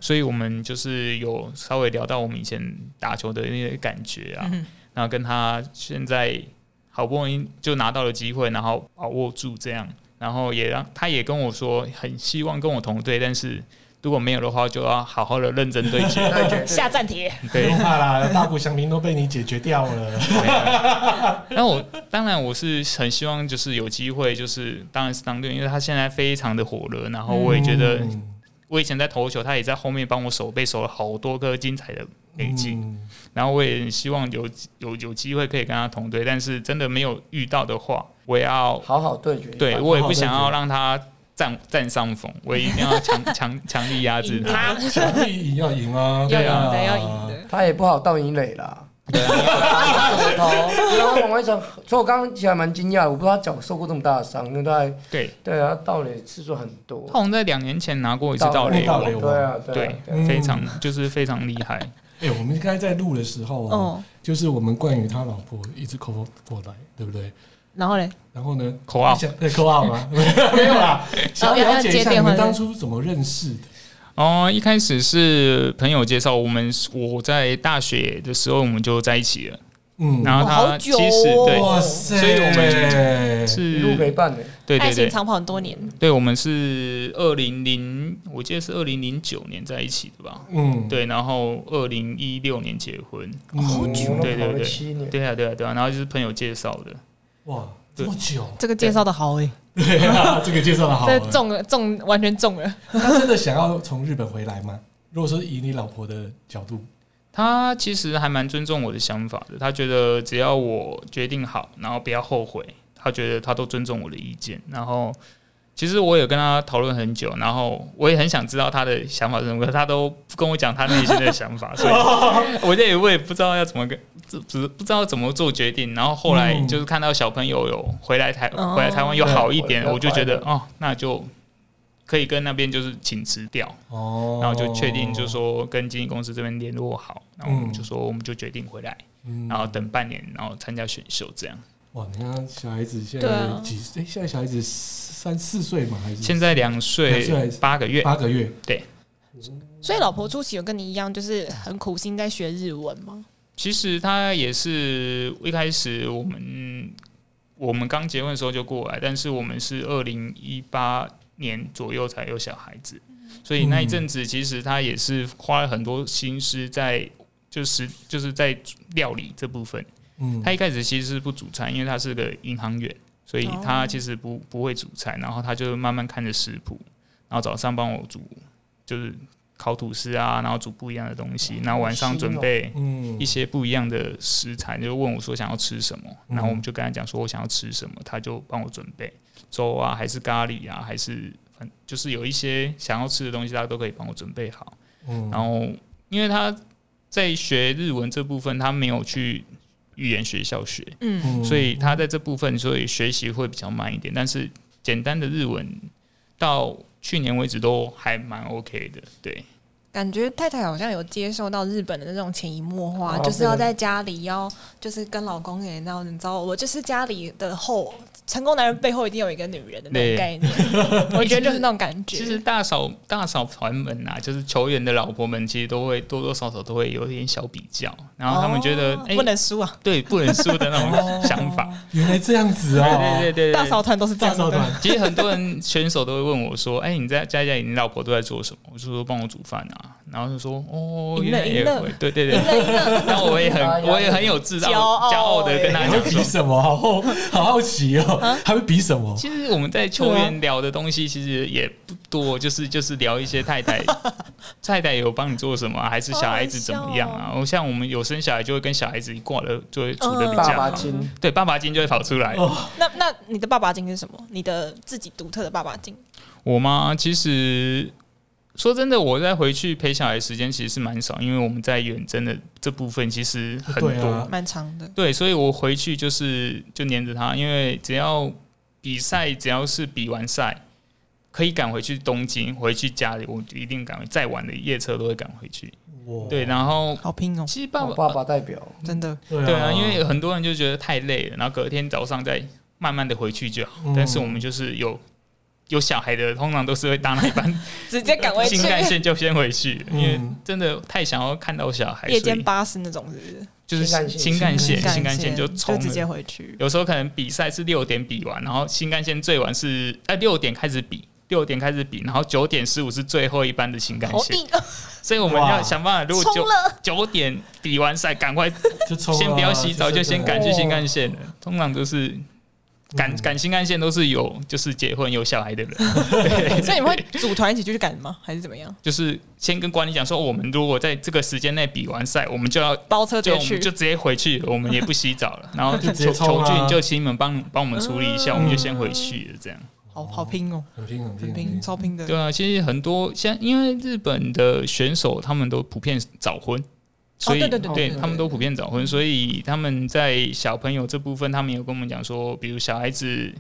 所以我们就是有稍微聊到我们以前打球的那些感觉啊，然后跟他现在好不容易就拿到了机会，然后把握住这样，然后也让他也跟我说很希望跟我同队，但是如果没有的话，就要好好的认真对
[laughs]
决。
对对对
下战帖，
不
对
用，怕啦，大谷翔平都被你解决掉了。
那我当然我是很希望就是有机会，就是当然是当队，因为他现在非常的火热，然后哦我也觉得
嗯
我以前在投球，他也在后面帮我守备守了好多颗精彩的累积，
嗯
然后我也希望有有有机会可以跟他同队，但是真的没有遇到的话，我也要
好好对决。
对
好
我也不
好
想
对决
要让他占占上风，我一定要强 [laughs] 强强力压制他。
他 [laughs]
小弟赢要赢啊，
啊要
对
赢
啊
的，要赢。的。
他也不好到你垒啦。 [laughs] 对啊，然后王威成，所以我刚刚其实还蛮惊讶的，我不知道他脚受过这么大的伤，因为他还
对，
对啊，他盗垒次数很多
他，好像在两年前拿过一次
盗
盗
垒
垒
盗
王，
垒
对啊，对啊
对
对啊，
嗯，
非常就是非常厉害。
哎、我们刚才在录的时候啊，
嗯，
就是我们冠宇他老婆一直 call 过来，对不对？
然后嘞，
然后呢，
口号
你想对 call out
[laughs]
吗？没有啦，想
哦要
了解一
接
下你
电话
们
是不是
当初怎么认识的？
哦，一开始是朋友介绍，我们我在大学的时候我们就在一起了，
嗯，
然后
哦好
他其
久哦
实对
塞
所以我
们
一路
是，
陪伴的。
对
爱
对
情
对，
长跑很多年，
对我们是二零零，我记得是二零零九年在一起的吧？
嗯，
对，然后二零一六年结婚，
嗯，好
我们
对对
跑了
对
七年，
对啊对啊对啊，然后就是朋友介绍的，
哇，这么久， [laughs]
这个介绍的好哎，欸
对啊，这个介绍的好啊。
这中了中完全中了。
他真的想要从日本回来吗？如果说以你老婆的角度，
他其实还蛮尊重我的想法的，他觉得只要我决定好，然后不要后悔，他觉得他都尊重我的意见。然后其实我也跟他讨论很久，然后我也很想知道他的想法是什么，可是他都不跟我讲他内心的想法，所以我也我也不知道要怎么跟，只只不知道怎么做决定。然后后来
嗯
就是看到小朋友有回来台
哦
回来台湾有好一点，
对
我就觉得
回
哦，那就可以跟那边就是请辞掉。
哦
然后就确定，就是，说跟经纪公司这边联络好，然后我们就说我们就决定回来，
嗯
然后等半年，然后参加选秀这样。
哇，你看小孩子现
对
在
啊
几岁？哎现在小孩子三四岁嘛，还是
现在两
两岁还
岁
是
八个月，
八个月？
所以老婆初期有跟你一样，就是很苦心在学日文吗？
其实他也是一开始我们我们刚结婚的时候就过来，但是我们是二零一八年左右才有小孩子，所以那一阵子其实他也是花了很多心思在就是就是在料理这部分。
嗯，
他一开始其实是不煮菜，因为他是个银行员，所以他其实不不会煮菜，然后他就慢慢看着食谱，然后早上帮我煮，就是烤吐司啊，然后煮不一样的东西，然后晚上准备
嗯
一些不一样的食材，就问我说想要吃什么，
嗯
然后我们就跟他讲说我想要吃什么，他就帮我准备粥啊，还是咖喱啊，还是反就是有一些想要吃的东西，他都可以帮我准备好。
嗯
然后因为他在学日文这部分，他没有去语言学校学，
嗯，
嗯
所以他在这部分所以学习会比较慢一点，但是简单的日文到去年为止都还蛮 OK 的，对。
感觉太太好像有接受到日本的那种潜移默化，
哦
就是要在家里要就是跟老公也那种，你知道，我就是家里的后成功男人背后一定有一个女人的那
对
种概念，
[laughs]
我觉得就是那种感觉。
其实大嫂大嫂团们啊，就是球员的老婆们，其实都会多多少少都会有点小比较，然后他们觉得
哦
哎、
不能输啊，哦
对不能输的那种想法，
原来这样子
对
哦，
对对对，
大嫂团都是这
大
样
嫂
的。
团，
[laughs] 其实很多人选手都会问我说：“哎、你在家家里，你老婆都在做什么？”我就说帮我煮饭啊，然后就说：“哦，
赢了
原来也
赢了
会，对对对。” [laughs] 然后我
[laughs]
也很
哎呀
我也很有自
骄
傲
傲
[laughs]
哎
骄傲的跟他
还会
讲
比
说。
什么？好好好好奇
啊
哦，还会比什么？
[laughs] 其实我们在球员聊的东西其实也不多，就是就是聊一些
[laughs]
太太太太有帮你做什么啊，还是小孩子怎么样啊？我像我们有生小孩就会跟小孩子一挂的，
嗯
就会处的比较
爸爸
好，
亲，
对爸爸经就会跑出来。
那那你的爸爸经是什么？你的自己独特的爸爸经？
我吗？其实说真的，我在回去陪小孩时间其实是蛮少，因为我们在远征的这部分其实很多。
对啊
蛮长的。
对，所以我回去就是就黏着他，因为只要比赛，只要是比完赛，可以赶回去东京，回去家里，我一定赶回。再晚的夜车都会赶回去。
哇
对，然后
好拼哦，
其实爸
我
爸
爸爸代表，
真的。
对啊，因为很多人就觉得太累了，然后隔天早上再慢慢的回去就好。
嗯
但是我们就是有有小孩的，通常都是会搭那一班
直接赶回去
新。干线就先回去，
嗯
因为真的太想要看到小孩，
夜
所
间
以
巴士那种是不是？
就是
新干线
新干线，新
新
干线就冲
直接
了。
回去。
有时候可能比赛是六点比完，然后新干线最晚是哎六点开始比，六点开始比，然后九点十五是最后一班的新干
好
线，
硬，哦
所以我们
哇
要想办法，如果
冲
九 [laughs]
了。
九点比完赛，赶快
就冲啊
先不要洗澡，就先赶去
哦
新干线了。通常都是赶赶新干线都是有就是结婚有小孩的人，
所以你们会组团一起去赶吗？还是怎么样？
就是先跟管理讲说，我们如果在这个时间内比完赛，我们就要
包车
就
就
我
去
们就直接回去，我们也不洗澡了。然后
就
就
直接
求
冲
求
啊
俊就请你们帮帮我们处理一下，
嗯
我们就先回去了。这样
好好拼哦，
很拼很拼
很拼，超拼的。
对啊，其实很多像因为日本的选手他们都普遍早婚。所以，
对对对
对对
他们都普遍早婚，所以他们在小朋友这部分，他们有跟我们讲说，比如小孩子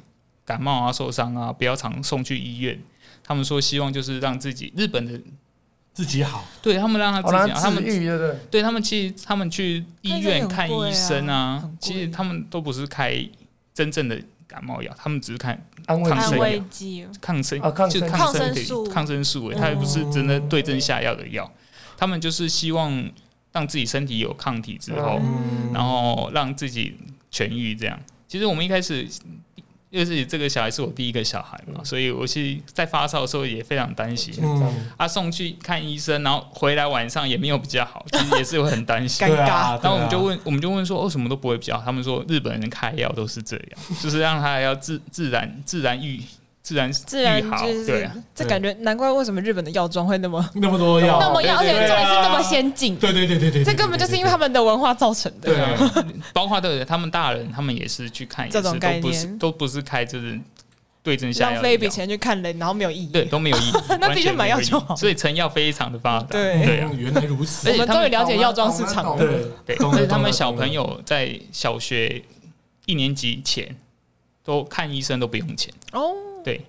感冒啊、受伤啊，不要常送去医院。他们说希望就是让自己日本的，
自己好，
对他们让他自
好
己
啦，
啊，
哦他
他
治
们
愈对不对？
对他们其实他们去医院看医生
那个很贵啊
啊
很，贵
其实他们都不是开真正的感冒药，他们只是看
安慰
抗啊
剂
生
安
素
慰剂，
哦
抗生
啊抗
就
生
是抗生素抗生素欸，它也不是真的对症下药的药，他们就是希望让自己身体有抗体之后，
嗯
然后让自己痊愈这样。其实我们一开始。就是这个小孩是我第一个小孩嘛，所以我是在发烧的时候也非常担心。
嗯，
啊，送去看医生，然后回来晚上也没有比较好，其实也是会很担 [laughs] 心
尴。
对啊
尬
然后我们就，问，我们就问说，哦，什么都不会比较好。他们说日本人开药都是这样，就是让他要自自然自然愈自然
自然
愈好
就，
对
是
啊，
这感觉难怪为什么日本的药妆会那么
那么多药，
那么
对
要，而且
对
重点是
对
那么先进，
对对对对对，
这根本就是因为他们的文化造成的。
对啊，
包括对他们大人，他们也是去看，也
这
是
种
都
概
不是
念
都不是开就是对症下药
浪
的药，
费一笔钱去看人，然后没有意义。
对，都没有意义
[laughs] ，那
完
自己
全
去买药
没有意义
就好
所以成药非常的发达，
对
对哦啊
嗯，原来如此
我，
而且
们
他们
终于了解药妆市
懂
场
了懂
了。
了
对
对，
懂
而
了
且他
懂了
们小
懂了
朋友在小学一年级前都看医生都不用钱，
哦，
对。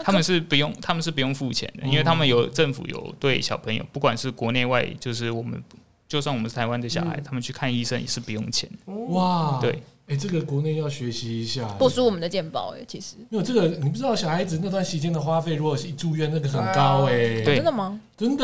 他们是不用，他们是不用付钱的，因为他们有政府有对小朋友，不管是国内外，就是我们，就算我们是台湾的小孩，他们去看医生也是不用钱的。
哇，
对，
哎，这个国内要学习一下，
不输我们的健保
欸
哎，其实
因为这个你不知道小孩子那段时间的花费，如果是一住院，那个很高哎，
对
真的吗？
真的，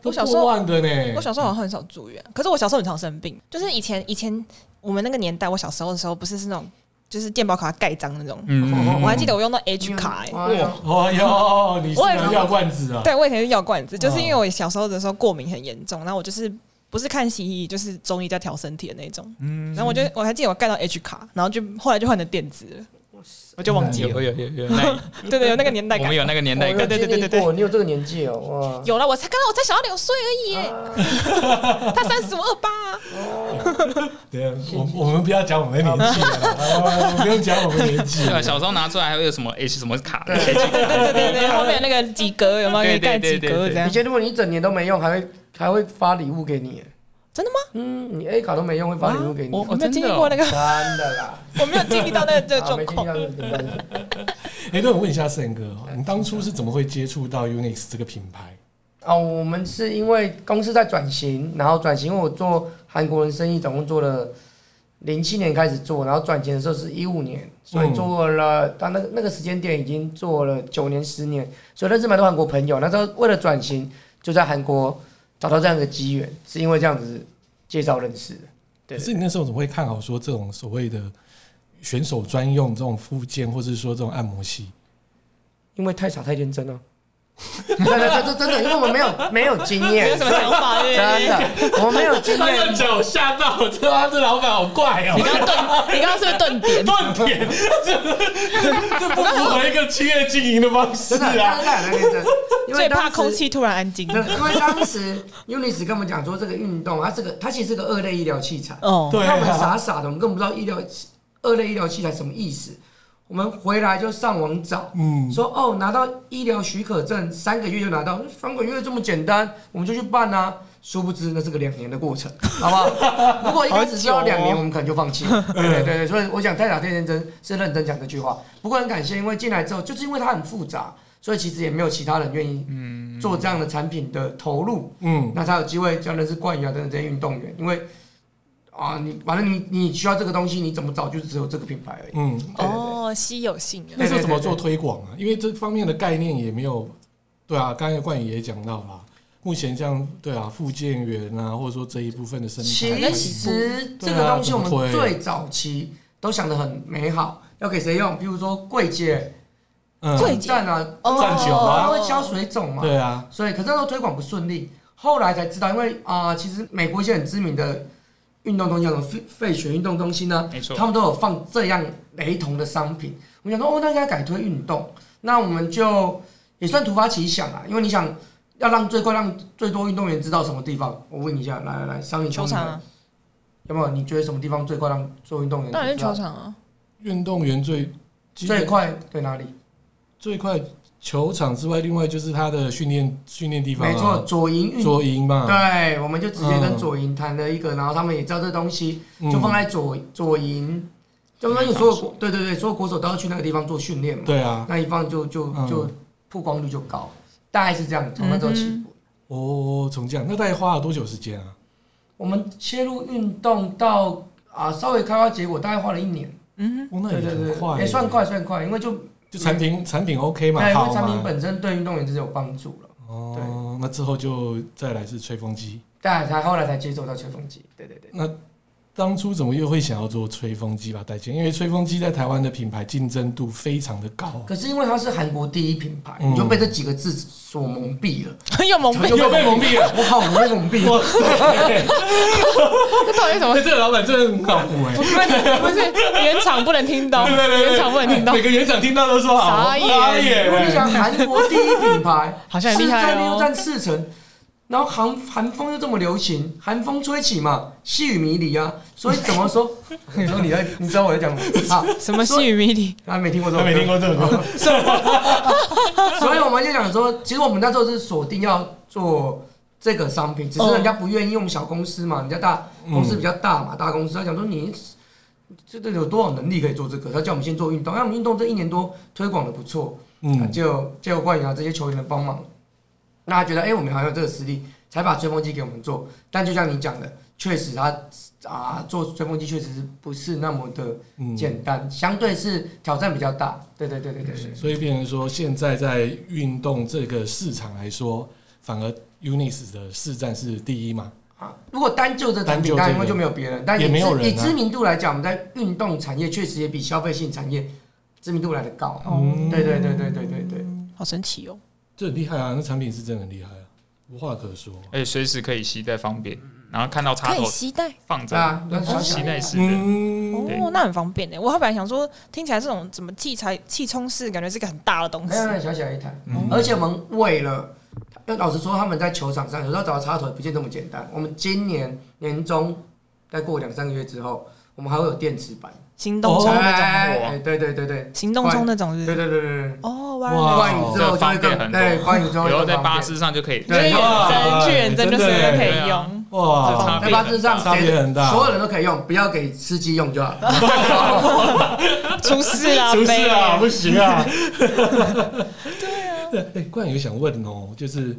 都
我小时候
破万的呢，
我小时候好像很少住院，可是我小时候很常生病，就是以前以前我们那个年代，我小时候的时候不是是那种就是健保卡盖章那种，
嗯
我还记得我用到 H 卡哎、
哎呦
哦哟，你是
我也
拿药罐子啊？
对，我以前是药罐子，就是因为我小时候的时候过敏很严重，然后我就是不是看西医就是中医在调身体的那种，
嗯
然后我就我还记得我盖到 H 卡，然后就后来就换成电子了，我就忘记了。
有有有有，那
对对，有那个年代
我
感
们。有那个年代
我有
感，
对对对对
经历过，你有这个年纪哦，啊
有了，我才刚刚我才小他两岁而已
[laughs]
耶，他三十我二八，啊
对，啊我我们不要讲我们的年纪了啦，啊我不用讲我们年纪
对啊， [laughs] 小时候拿出来还会有什么 H 什么卡，
对对对对，后面那个几格有没有可以
对对
盖几
对对
格
对
这
哇！
样
以？前如果你一整年都没用，还会还会发礼物给你。
真的吗？
嗯，你 A 卡都没用，会发礼物给你。
我没有
哦
经
真
历
的哦
过那个，
真的啦，
[laughs] 我没有经历到那个这个
[laughs] 啊
状
没经历
况
到。这个东西
哎，那我问一下盛哥，你当初是怎么会接触到 Unix 这个品牌？
哦，我们是因为公司在转型，然后转型，因为我做韩国人生意，总共做了零七年开始做，然后转型的时候是一五年，所以做了，到那个那个时间点已经做了九年十年，所以认识蛮多韩国朋友。那时候为了转型，就在韩国找到这样一个机缘，是因为这样子介绍认识的。对
可是你那时候怎么会看好说这种所谓的选手专用这种附件，或者是说这种按摩器？
因为太傻太
[laughs]
天真了、真的真的真的，因为我们没有没有经验，
没有什么想法，欸对
真的，我们没有经验，
酒吓到我，这他这老板好怪哦、
你刚刚是不是顿点？
断点，这这不符合一个企业经营的方式
真的真的
啊！
太傻太天真，因为
最
当
怕
时
空气突然安静。
[laughs] 对，因为当时 Unis 跟我们讲说，这个运动啊它这个它其实是个二类医疗器材，
哦，
对
那我们
啊，
傻傻的，我们根本不知道医疗二类医疗器材什么意思。我们回来就上网找，
嗯，
说哦，拿到医疗许可证三个月就拿到，三个月这么简单，我们就去
[laughs]
办啊。殊不知那是个两年的过程，好不好？ [laughs] 如果一开始知道两年，我们可能就放弃了。
哦
对对对，所以我想太傻太天真是认真讲这句话。不过很感谢，因为进来之后，就是因为它很复杂，所以其实也没有其他人愿意做这样的产品的投入，
嗯，
那才有机会叫认识冠宇啊等等这些运动员。因为啊，你反正你你需要这个东西，你怎么找就只有这个品牌而已。
嗯，
对对对
哦，稀有性啊。
那时候怎么做推广啊？因为这方面的概念也没有，对啊，刚才冠宇也讲到啦。目前像对啊，复健员啊，或者说这一部分的生啊态
其实这个东西我们最早期都想得很美好，要给谁用？比如说柜姐、
嗯
最姐
站啊，
哦
站久了
它会消水肿嘛。
对啊，
所以可是那时候推广不顺利，后来才知道，因为啊、其实美国一些很知名的运动中心，叫什么肺肺血运动中心啊呢，
没错
他们都有放这样雷同的商品。我想说，哦，那应该改推运动，那我们就也算突发奇想啊，因为你想要让最快让最多运动员知道什么地方，我问你一下，来来来，商你
球场啊，
有没有？你觉得什么地方最快让做运动员？
当然是球。场啊。
运动员最基本
最快对哪里？
最快球场之外，另外就是他的训练训练地方、啊，
没错，，左营运。
左嗯营嘛，
对，啊我们就直接跟
嗯
左营谈了一个，然后他们也知道这东西，
嗯
就放在左左营，就跟你所有国对对对，所有国手都要去那个地方做训练嘛，
对啊，
那一方就就
嗯
就曝光率就高，大概是这样，从那时候起步。
哦，从这样，那大概花了多久时间啊？
我们切入运动到啊稍微开花结果，大概花了一年，
嗯，
哦，那
对
也
对
很
对，
快，
也算，快算快，因为就
就产品产品 OK 嘛，
对，因
好
为产品
嘛，
本身对运动员就是有帮助了，
哦，那之后就再来是吹风机，
但才后来才接受到吹风机，对对对。
当初怎么又会想要做吹风机把它带进来？因为吹风机在台湾的品牌竞争度非常的高，
可是因为它是韩国第一品牌，
嗯
你就被这几个字所说我蒙蔽了，
又蒙
[laughs]
蔽，
又被蒙蔽了。
我好容易蒙蔽了。
哇塞！
这到底什么
哎，？这个老板真的很靠谱哎。
不是不是，原厂不能听到，
对对对对
原厂不能听到
每，个园长听到都说好，
傻眼
因为你想韩国第一品 [laughs] 牌
好像很厉害哦
市占率又占四成，然后韩韩风又这么流行，韩风吹起嘛，细雨迷离啊，所以怎么说？ [laughs] 你说你在，你知道我在讲什么 [laughs] 啊？
什么细雨迷离？
他没听过这
他
首歌，
没听过这个，
[laughs] 所以我们就想说，其实我们那时候是锁定要做这个商品，只是人家不愿意用小公司嘛，人家大公司比较大嘛，大公司他讲说你这个有多少能力可以做这个？他叫我们先做运动，那哎我们运动这一年多推广的不错，嗯，
嗯，
就就有冠宇啊这些球员的帮忙，那他觉得哎、我们好像有这个实力，才把吹风机给我们做。但就像你讲的，确实他啊做吹风机确实是不是那么的
嗯
简单，相对是挑战比较大。对对对对对对。
所以变成说，现在在运动这个市场来说，反而 Unis 的市占是第一嘛？
啊，如果单就这产
单
品，
就这个
当然因为就没有别人，但以
也没有
知
人啊
以知名度来讲，我们在运动产业确实也比消费性产业知名度来的高。
嗯
对对对对对对对，
好神奇哦！
这很厉害啊，那产品是真的很厉害啊，无话可说。
而且哎随时可以携带方便，然后看到插
可以
头
携带
放
对
着，
啊，那小小
携带式的。
嗯，
对
哦，那很方便呢。我本来想说，听起来这种怎么器材气冲式，感觉是个很大的东西
没有没有小小一台，
嗯
而且我们为了，呃老实说，他们在球场上有时候找插头也不见这么简单。我们今年年中再过两三个月之后，我们还会有电池版，
行动充
哦
那种，
哎
哇
哎对对对对
行动充那种是不
对
是？
对对对
哦，
哇
对，
wireless
关羽之后就会
这方便
更
很多
对，关羽之后
以
就
后
更
在
方
巴
便
士上就可以
就是
对
远征去远征的时候就可
对
以
啊
用。
哇，
在巴士上
差别很大
所有人都可以用，不要给司机用就好
[laughs]
了。
出事啦，
出事啊，
妹
不行 [laughs] 啊！对啊，哎，冠宇想问哦，就是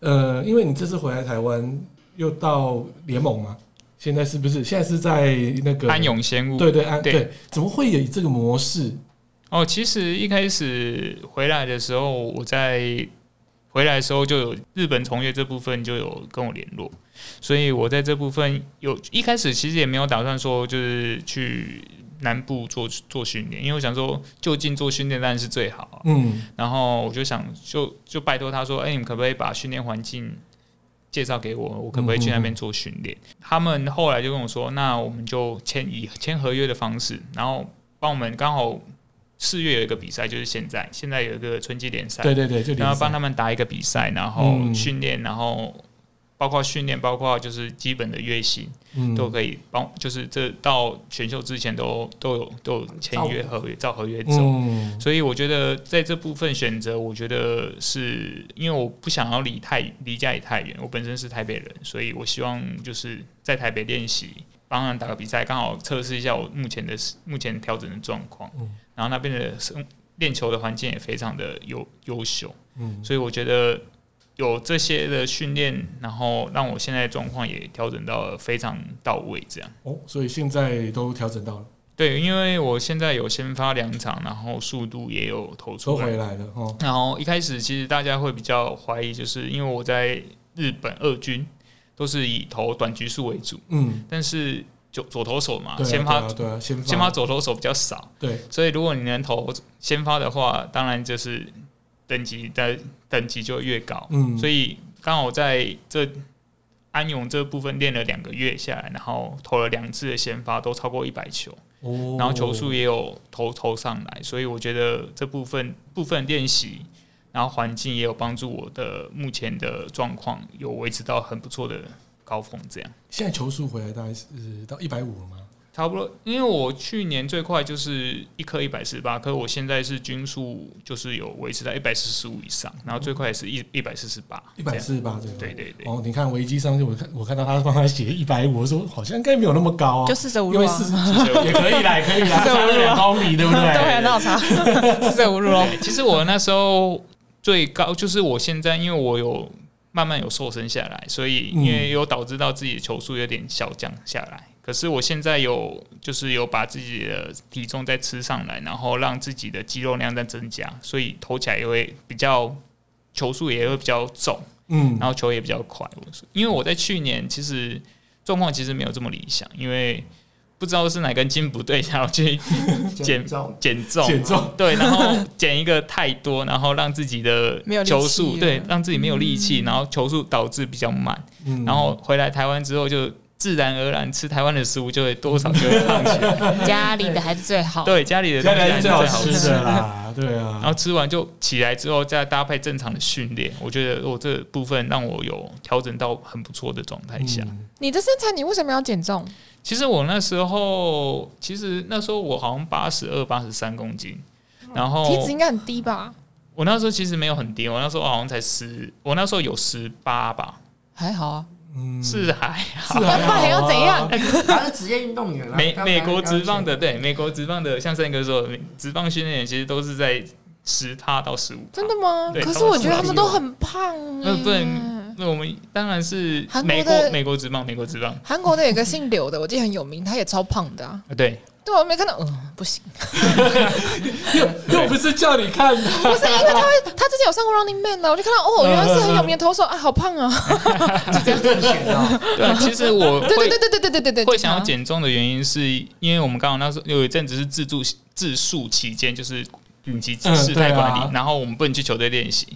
呃，因为你这次回来台湾又到联盟吗？现在是不是现在是在那个
安？永仙物。
对对安
对
对，怎么会以这个模式？
哦，其实一开始回来的时候，我在回来的时候就有日本从业这部分就有跟我联络，所以我在这部分有一开始其实也没有打算说就是去南部做做训练，因为我想说就近做训练当然是最好啊、
嗯，
然后我就想就就拜托他说，哎、你们可不可以把训练环境介绍给我？我可不可以去那边做训练？他们后来就跟我说，那我们就签以签合约的方式，然后帮我们刚好四月有一个比赛，就是现在现在有一个春季联赛，
对对对，就
然后帮
他
他们打一个比赛，然后
嗯
训练，然后。包括训练，包括就是基本的月薪、
嗯
都可以帮，就是这到选秀之前都都有都有签约合约，照合约走。
嗯
所以我觉得在这部分选择，我觉得是因为我不想要离太离家里太远，我本身是台北人，所以我希望就是在台北练习，帮人打个比赛，刚好测试一下我目前的目前调整的状况。
嗯
然后那边的生练球的环境也非常的优优秀，
嗯
所以我觉得有这些的训练，然后让我现在的状况也调整到了非常到位，这样。
哦，所以现在都调整到了，
对，因为我现在有先发两场，然后速度也有投
抽
出来
回，来了哦。
然后一开始其实大家会比较怀疑，就是因为我在日本二军都是以投短局数为主，
嗯，
但是就左投手嘛，
对啊，
先
对
发
啊对啊，先发
先发左投手比较少，
对，
所以如果你能投先发的话，当然就是等级的等级就越高。
嗯，
所
以
以刚好在这安永这部分练了两个月下来，然后投了两次的先发，都超过一百球。
哦
然后球速也有投投上来，所以我觉得这部分部分练习，然后环境也有帮助我的目前的状况有维持到很不错的高峰，这样
现在球速回来大概是呃到一百五了吗？
差不多。因为我去年最快就是一颗一百四十八颗，我现在是均速就是有维持在一百四十五以上，然后最快也是一一百四十八，
一百四十八这个。
对对对
哦，你看维基上就我看我看到他帮他写一百五，我说好像应该没有那么高啊，
就四舍
因
五入
为
啊
四，也可以啦，也可以啦，
四
差
舍五入啊
了两公里，对不对？
[laughs] 对啊，那好差，四舍五入哦。
对其实我那时候最高就是我现在，因为我有慢慢有瘦身下来，所以
嗯
因为有导致到自己的球速有点小降下来。可是我现在有就是有把自己的体重再吃上来，然后让自己的肌肉量再增加，所以投起来也会比较球速也会比较重，
嗯
然后球也比较快。我是因为我在去年其实状况其实没有这么理想，因为不知道是哪根筋不对，然后去减
[laughs]
重，
减重，
减重
对，然后减一个太多，然后让自己的
没有力气
球速
了
对，让自己没有力气，然后球速导致比较慢，
嗯
然后回来台湾之后就自然而然吃台湾的食物就会多少就会胖起来，
家里的还是最好。
[laughs] 对，家里的
家
东
里
西
还
还
是最
是最
好
好
吃
吃。
的啦，对啊。
然后吃完就起来之后，再搭配正常的训练，我觉得我这部分让我有调整到很不错的状态下。
嗯
你的身材，你为什么要减重？
其实我那时候，其实那时候我好像八十二、八十三公斤，然后
体脂应该很低吧？
我那时候其实没有很低，我那时候好像才十，我那时候有十八吧，
还好啊，
嗯哎
是还好。
是
那不然还要怎
[laughs]
样？
他是职业运动员啊。
美
刚才
美国职棒的
刚才
对，美国职棒的，像森哥说，职棒训练其实都是在十趴到十五。
真的吗？
对
可是我
他们是
觉得他
垃
们
圾
都
哦
很胖欸耶、
嗯对那我们当然是
韩国
美
的
国美国职棒，美国职棒
韩国的有个姓柳的，我记得很有名，他也超胖的啊。
啊，对，
对，我没看到，嗯，不行，
又又不是叫你看的，
不是因为他会，他之前有上过 Running Man 的，我就看到
嗯
哦，原来是很有名的投手啊，好胖啊！
讲这样选的，
对啊，其实我
[laughs] 对对
会
对对对对对对对，
会想要
就是
减重的原因，是因为我们刚好那时候有一阵子是自助自述期间，就是紧急
嗯
事态
对啊
管理，然后我们不能去球队练习，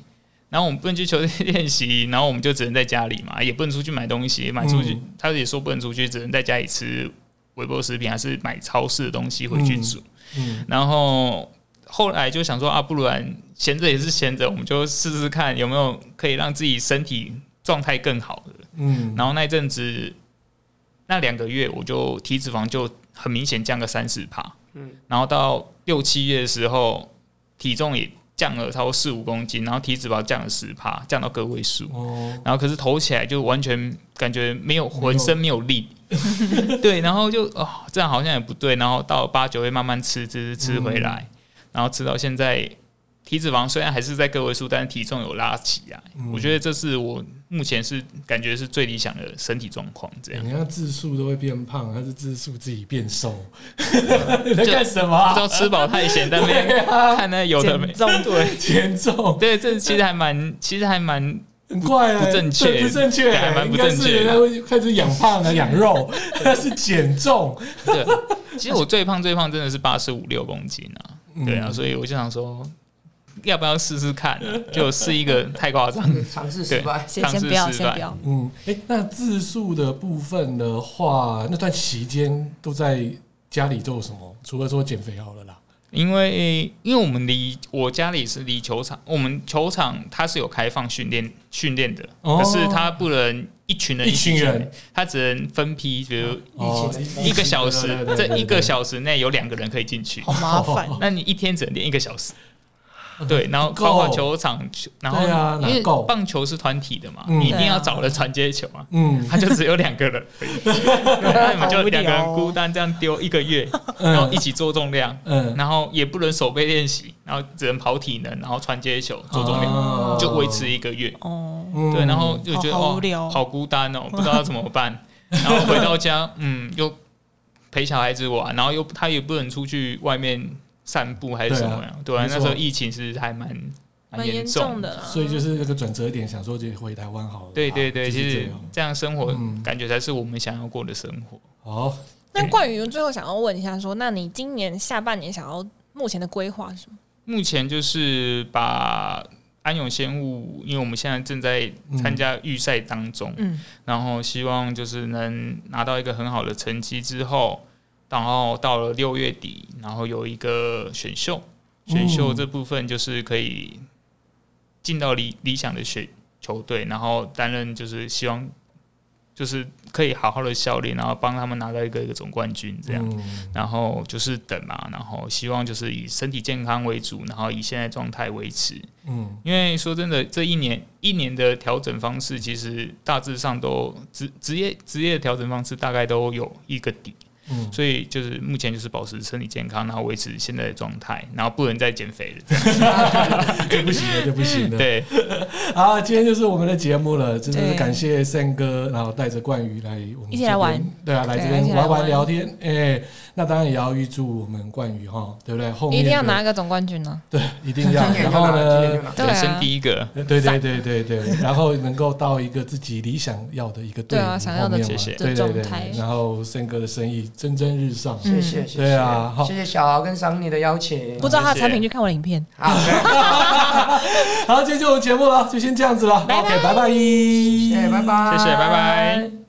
然后我们不能去球队 [laughs] 练习，然后我们就只能在家里嘛，也不能出去买东西，买出去、
嗯
他也说不能出去，只能在家里吃微波食品，还是买超市的东西回去
嗯
煮。
嗯，
然后后来就想说啊，不然闲着也是闲着，我们就试试看有没有可以让自己身体状态更好的。
嗯，
然后那一阵子，那两个月我就体脂肪就很明显降个三十趴，嗯
嗯，
然后到六七月的时候，体重也降了超过四五公斤，然后体脂肪降了十趴，降到个位数。
哦，
然后可是投起来就完全感觉没有浑身没有力，对，然后就哦这样好像也不对，然后到八九月慢慢吃吃吃吃回来，然后吃到现在体脂肪虽然还是在个位数，但是体重有拉起来，
嗯
我觉得这是我目前是感觉是最理想的身体状况这样。
你看自述都会变胖，他是自述自己变瘦， [laughs] 你在干什么啊？
不知道吃饱太闲，但没看那有的没
减重
对
减重
对，这其实还蛮其实还蛮
很怪欸，
不正确
对不正确
对
欸，
还蛮不
应该
正
是
确的
人家会开始养胖啊，养
[laughs]
肉，那是减重，
对。其实我最胖最胖真的是八十五六公斤啊，
嗯
对啊，所以我就想说，要不要试试看、啊？ [laughs] 就试一个太夸张， [laughs]
尝试失败。
先
尝试
先不要，
失
先
败
不要。
嗯，哎、那自述的部分的话，那段期间都在家里做什么？除了说减肥好了啦，
因为因为我们离我家里是离球场，我们球场它是有开放训练训练的，
哦
可是它不能一群人
一群
起训
人
练，它只能分批，比如
[laughs] 哦
一个小时，
对对对
这
对哦
一个小时内有两个人可以进去，
哦
好麻烦，
那你一天只能练一个小时。对，然后
不够
包括球场，然后
对啊
因
哪
为
够
棒球是团体的嘛，
嗯
你一定
对
要
啊
找人传接球啊，
嗯，
他就只有两个人，那你们就两个人
好无聊哦
孤单这样丢一个月，然后
嗯
一起做重量，
嗯，
然后也不能手背练习，然后只能跑体能，然后传接球做重量，
哦
就维持一个月。
哦，
嗯
对，然后就觉得
好好无聊
哦，好孤单哦，不知道怎么办。然后回到家，嗯，又陪小孩子玩，然后又他也不能出去外面散步还是什么呀？对啊，
没
那
错
时候疫情是还蛮
蛮
严
严重
重。
的啦。
所以就是那个转折点，想说就回台湾好了啦。
对对对，
啊就
其
是
实
这样。
这样生活
嗯
感觉才是我们想要过的生活。
好，
那冠宇最后想要问一下说那你今年下半年想要目前的规划是什么？
目前就是把安永仙物，因为我们现在正在参加预赛当中，
嗯，
然后希望就是能拿到一个很好的成绩之后，然后到了六月底，然后有一个选秀，选秀
嗯
这部分就是可以进到理理想的选球队，然后担任就是希望就是可以好好的效力，然后帮他们拿到一个一个总冠军这样。
嗯
然后就是等嘛，然后希望就是以身体健康为主，然后以现在状态维持。
嗯
因为说真的，这一年一年的调整方式，其实大致上都职职业职业的调整方式大概都有一个底， [laughs]
嗯，
所以就是目前就是保持身体健康，然后维持现在的状态，然后不能再减肥了。这样
这不行的，这不行的。
对，
[laughs] 好，今天就是我们的节目了，真的是
对
感谢善哥，然后带着冠宇来我们
一
这
起
边
来玩，
对啊，来这
对一
边
起来
玩玩
玩
聊天。哎，那当然也要预祝我们冠宇哈，对不对？后面
一定要
的
拿个总冠军啊呢、
对，一定
[laughs]
要。
今
然
年就
后
拿，今年就
呢，
拿。
对啊
人生第一个，
呃对对对对对，然后能够到一个自己理想要的一个队伍
对啊想要的
后面嘛
谢谢
对对
状
对
态
然后森哥的生意蒸蒸日上。
嗯
谢谢，谢谢，
对啊好
谢谢小豪跟桑尼的邀请
不。知道他的产品，去看我的影片。
[laughs] 好，
好，今天就我们节目了，就先这样子了。
拜拜
OK，拜拜。
谢谢，拜拜，
谢谢，拜拜。